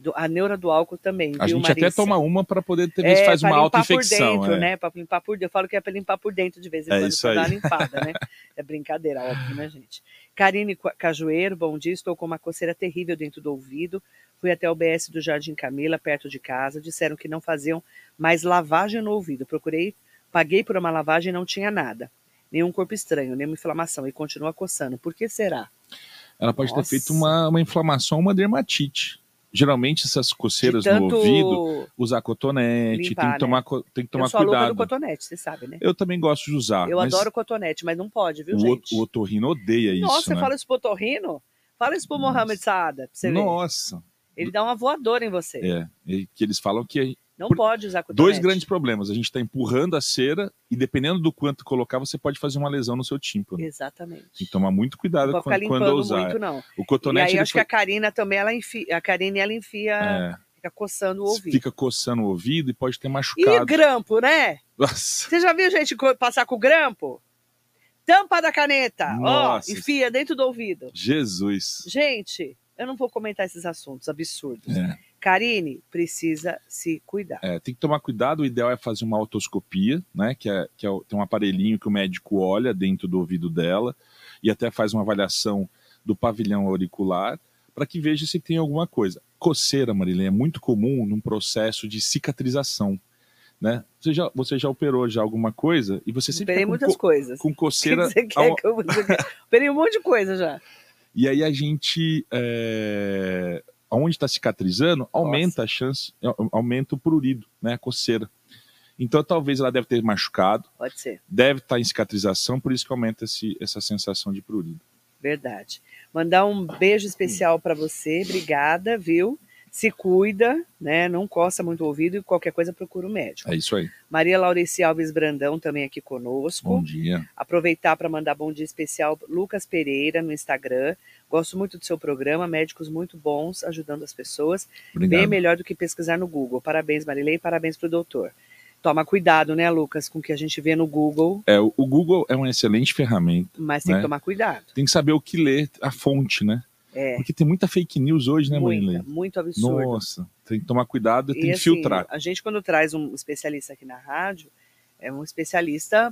Speaker 1: Do- a neura do álcool também,
Speaker 2: A
Speaker 1: viu,
Speaker 2: gente
Speaker 1: Marissa?
Speaker 2: até toma uma para poder ter, é, faz
Speaker 1: pra
Speaker 2: uma
Speaker 1: limpar por
Speaker 2: autoinfecção.
Speaker 1: dentro,
Speaker 2: é.
Speaker 1: né? Pra limpar por dentro. Eu falo que é pra limpar por dentro de vez em
Speaker 2: É
Speaker 1: quando,
Speaker 2: isso
Speaker 1: pra dar uma
Speaker 2: aí.
Speaker 1: limpada, né? É brincadeira, óbvio, né, gente? Karine Qua- Cajueiro, bom dia. Estou com uma coceira terrível dentro do ouvido. Fui até o BS do Jardim Camila, perto de casa. Disseram que não faziam mais lavagem no ouvido. Procurei, paguei por uma lavagem e não tinha nada. Nenhum corpo estranho, nenhuma inflamação. E continua coçando. Por que será?
Speaker 2: Ela pode ter
Speaker 1: Nossa.
Speaker 2: feito uma, uma inflamação, uma dermatite. Geralmente essas
Speaker 1: De
Speaker 2: coceiras no
Speaker 1: tanto
Speaker 2: ouvido usar cotonete,
Speaker 1: Limpar,
Speaker 2: tem
Speaker 1: né?
Speaker 2: que tomar, co- tem que tomar
Speaker 1: Eu sou a louca do
Speaker 2: cuidado.
Speaker 1: cotonete, você sabe, né?
Speaker 2: Eu também gosto de usar.
Speaker 1: Eu
Speaker 2: mas
Speaker 1: adoro cotonete, mas não pode, viu,
Speaker 2: o, o-
Speaker 1: gente?
Speaker 2: o otorrino odeia isso.
Speaker 1: Nossa, você
Speaker 2: né?
Speaker 1: fala isso pro Torrino? Fala isso pro
Speaker 2: Nossa.
Speaker 1: Mohamed Saada, pra você ver.
Speaker 2: Nossa,
Speaker 1: Ele dá uma voadora em você.
Speaker 2: é. E que eles falam que é
Speaker 1: Não
Speaker 2: Por-
Speaker 1: pode usar cotonete.
Speaker 2: dois grandes problemas. A gente está empurrando a cera e dependendo do quanto colocar, você pode fazer uma lesão no seu tímpano.
Speaker 1: Exatamente.
Speaker 2: Tem que tomar muito
Speaker 1: não
Speaker 2: cuidado
Speaker 1: pode
Speaker 2: Então, quando,
Speaker 1: ficar
Speaker 2: quando
Speaker 1: limpando
Speaker 2: usar.
Speaker 1: muito, não.
Speaker 2: O
Speaker 1: E
Speaker 2: cotonete
Speaker 1: aí
Speaker 2: ele
Speaker 1: eu acho que a Karina também, ela enfia, a Karine, ela enfia,
Speaker 2: é,
Speaker 1: fica coçando o ouvido.
Speaker 2: fica coçando o ouvido e pode ter
Speaker 1: E
Speaker 2: machucado.
Speaker 1: grampo, né?
Speaker 2: Nossa.
Speaker 1: Você já viu gente co- passar com grampo? Tampa da caneta, ó,
Speaker 2: Nossa.
Speaker 1: enfia dentro do ouvido.
Speaker 2: Jesus.
Speaker 1: Gente, eu não vou comentar esses assuntos absurdos.
Speaker 2: É.
Speaker 1: Karine precisa se cuidar.
Speaker 2: É, tem que tomar cuidado, o ideal é fazer uma autoscopia, né? Que, é, que é o- tem um aparelhinho que o médico olha dentro do ouvido dela e até faz uma avaliação do pavilhão auricular para que veja se tem alguma coisa. Coceira, Marilene, é muito comum num processo de cicatrização, né? Você já, você já operou já alguma coisa e você sempre
Speaker 1: Operei
Speaker 2: tá com,
Speaker 1: muitas
Speaker 2: co-
Speaker 1: coisas.
Speaker 2: com coceira
Speaker 1: Você quer
Speaker 2: ao-
Speaker 1: que é eu mude o quê? Operei um monte de coisa já.
Speaker 2: e aí a gente é, onde está cicatrizando aumenta a chance, aumenta o prurido, né? A coceira. Então talvez ela deve ter machucado
Speaker 1: Pode ser,
Speaker 2: deve estar em cicatrização, por isso que aumenta esse- essa sensação de prurido.
Speaker 1: verdade. Mandar um beijo especial para você, obrigada, viu? Se cuida, né? Não coça muito o ouvido e qualquer coisa procura o médico.
Speaker 2: É isso aí.
Speaker 1: Maria Laureci Alves Brandão também aqui conosco.
Speaker 2: Bom dia.
Speaker 1: Aproveitar para mandar bom dia especial Lucas Pereira no Instagram. Gosto muito do seu programa, médicos muito bons ajudando as pessoas. bem
Speaker 2: Obrigado.
Speaker 1: melhor do que pesquisar no Google. Parabéns, Marilei, parabéns para o doutor. Toma cuidado, né, Lucas, com o que a gente vê no Google,
Speaker 2: É, o o Google é uma excelente ferramenta.
Speaker 1: mas tem
Speaker 2: Né?
Speaker 1: que tomar cuidado.
Speaker 2: Tem que saber o que ler, a fonte, né?
Speaker 1: É,
Speaker 2: Porque tem muita fake news hoje, né,
Speaker 1: muita,
Speaker 2: Marilene?
Speaker 1: muito absurdo.
Speaker 2: Nossa, tem que tomar cuidado, tem
Speaker 1: E,
Speaker 2: que
Speaker 1: assim,
Speaker 2: filtrar.
Speaker 1: A gente, quando traz um especialista aqui na rádio, é um especialista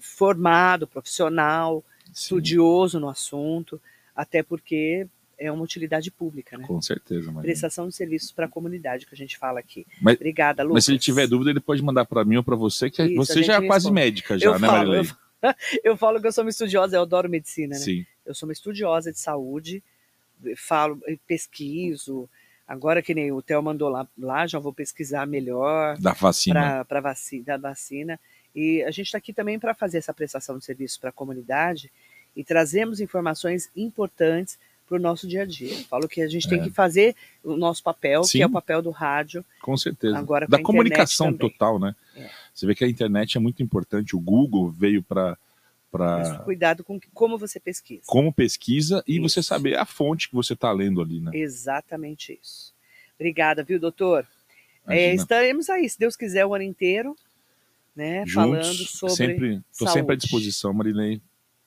Speaker 1: formado, profissional,
Speaker 2: Sim,
Speaker 1: estudioso no assunto, até porque é uma utilidade pública, né?
Speaker 2: com certeza, Marilene.
Speaker 1: Prestação de serviços para a comunidade que a gente fala aqui.
Speaker 2: Mas-
Speaker 1: Obrigada, Lucas.
Speaker 2: Mas se ele tiver dúvida, ele pode mandar para mim ou para você, que
Speaker 1: Isso, a
Speaker 2: você
Speaker 1: gente
Speaker 2: já é
Speaker 1: responde.
Speaker 2: quase médica já,
Speaker 1: eu
Speaker 2: né,
Speaker 1: falo, eu,
Speaker 2: Marilene?
Speaker 1: falo- eu falo que eu sou uma estudiosa, eu adoro medicina, né?
Speaker 2: Sim.
Speaker 1: Eu sou uma estudiosa de saúde, falo, pesquiso. Agora que nem o Theo mandou lá, lá já vou pesquisar melhor.
Speaker 2: Da vacina.
Speaker 1: para vacina, da vacina. E a gente está aqui também para fazer essa prestação de serviço para a comunidade e trazemos informações importantes para o nosso dia a dia. Eu falo que a gente tem que fazer o nosso papel,
Speaker 2: É. Sim.
Speaker 1: que é o papel do rádio.
Speaker 2: Com certeza.
Speaker 1: Agora com
Speaker 2: da
Speaker 1: a internet
Speaker 2: comunicação
Speaker 1: também.
Speaker 2: total, né?
Speaker 1: É.
Speaker 2: Você vê que a internet é muito importante. O Google veio para
Speaker 1: Mas cuidado com que- como você pesquisa.
Speaker 2: como pesquisa e
Speaker 1: Isso.
Speaker 2: você saber a fonte que você está lendo ali, né?
Speaker 1: Exatamente isso. Obrigada, viu, doutor? É,
Speaker 2: Imagina.
Speaker 1: estaremos aí, se Deus quiser, o ano inteiro, né? falando
Speaker 2: Juntos, é
Speaker 1: sobre.
Speaker 2: sempre, tô
Speaker 1: saúde.
Speaker 2: sempre à disposição, Marilei.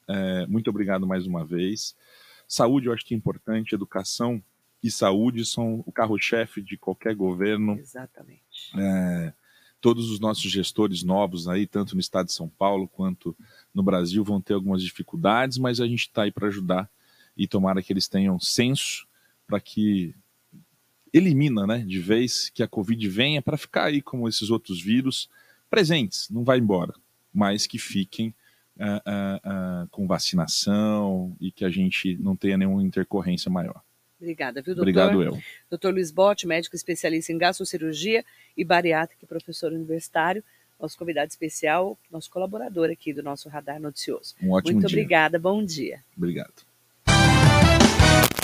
Speaker 2: É, muito obrigado mais uma vez. Saúde, eu acho que é importante. Educação e saúde são o carro-chefe de qualquer governo.
Speaker 1: Exatamente.
Speaker 2: É, todos os nossos gestores novos aí, tanto no estado de São Paulo quanto no Brasil, vão ter algumas dificuldades, mas a gente está aí para ajudar e tomara que eles tenham senso para que elimina, né, de vez que a Covid venha para ficar aí como esses outros vírus presentes, não vai embora, mas que fiquem ah, ah, ah, com vacinação e que a gente não tenha nenhuma intercorrência maior.
Speaker 1: Obrigada, viu, doutor?
Speaker 2: Obrigado eu.
Speaker 1: Doutor Luiz Botti, médico especialista em gastrocirurgia e bariátrica e professor universitário, nosso convidado especial, nosso colaborador aqui do nosso Radar Noticioso.
Speaker 2: Um ótimo
Speaker 1: Muito
Speaker 2: dia.
Speaker 1: obrigada, bom dia.
Speaker 2: Obrigado.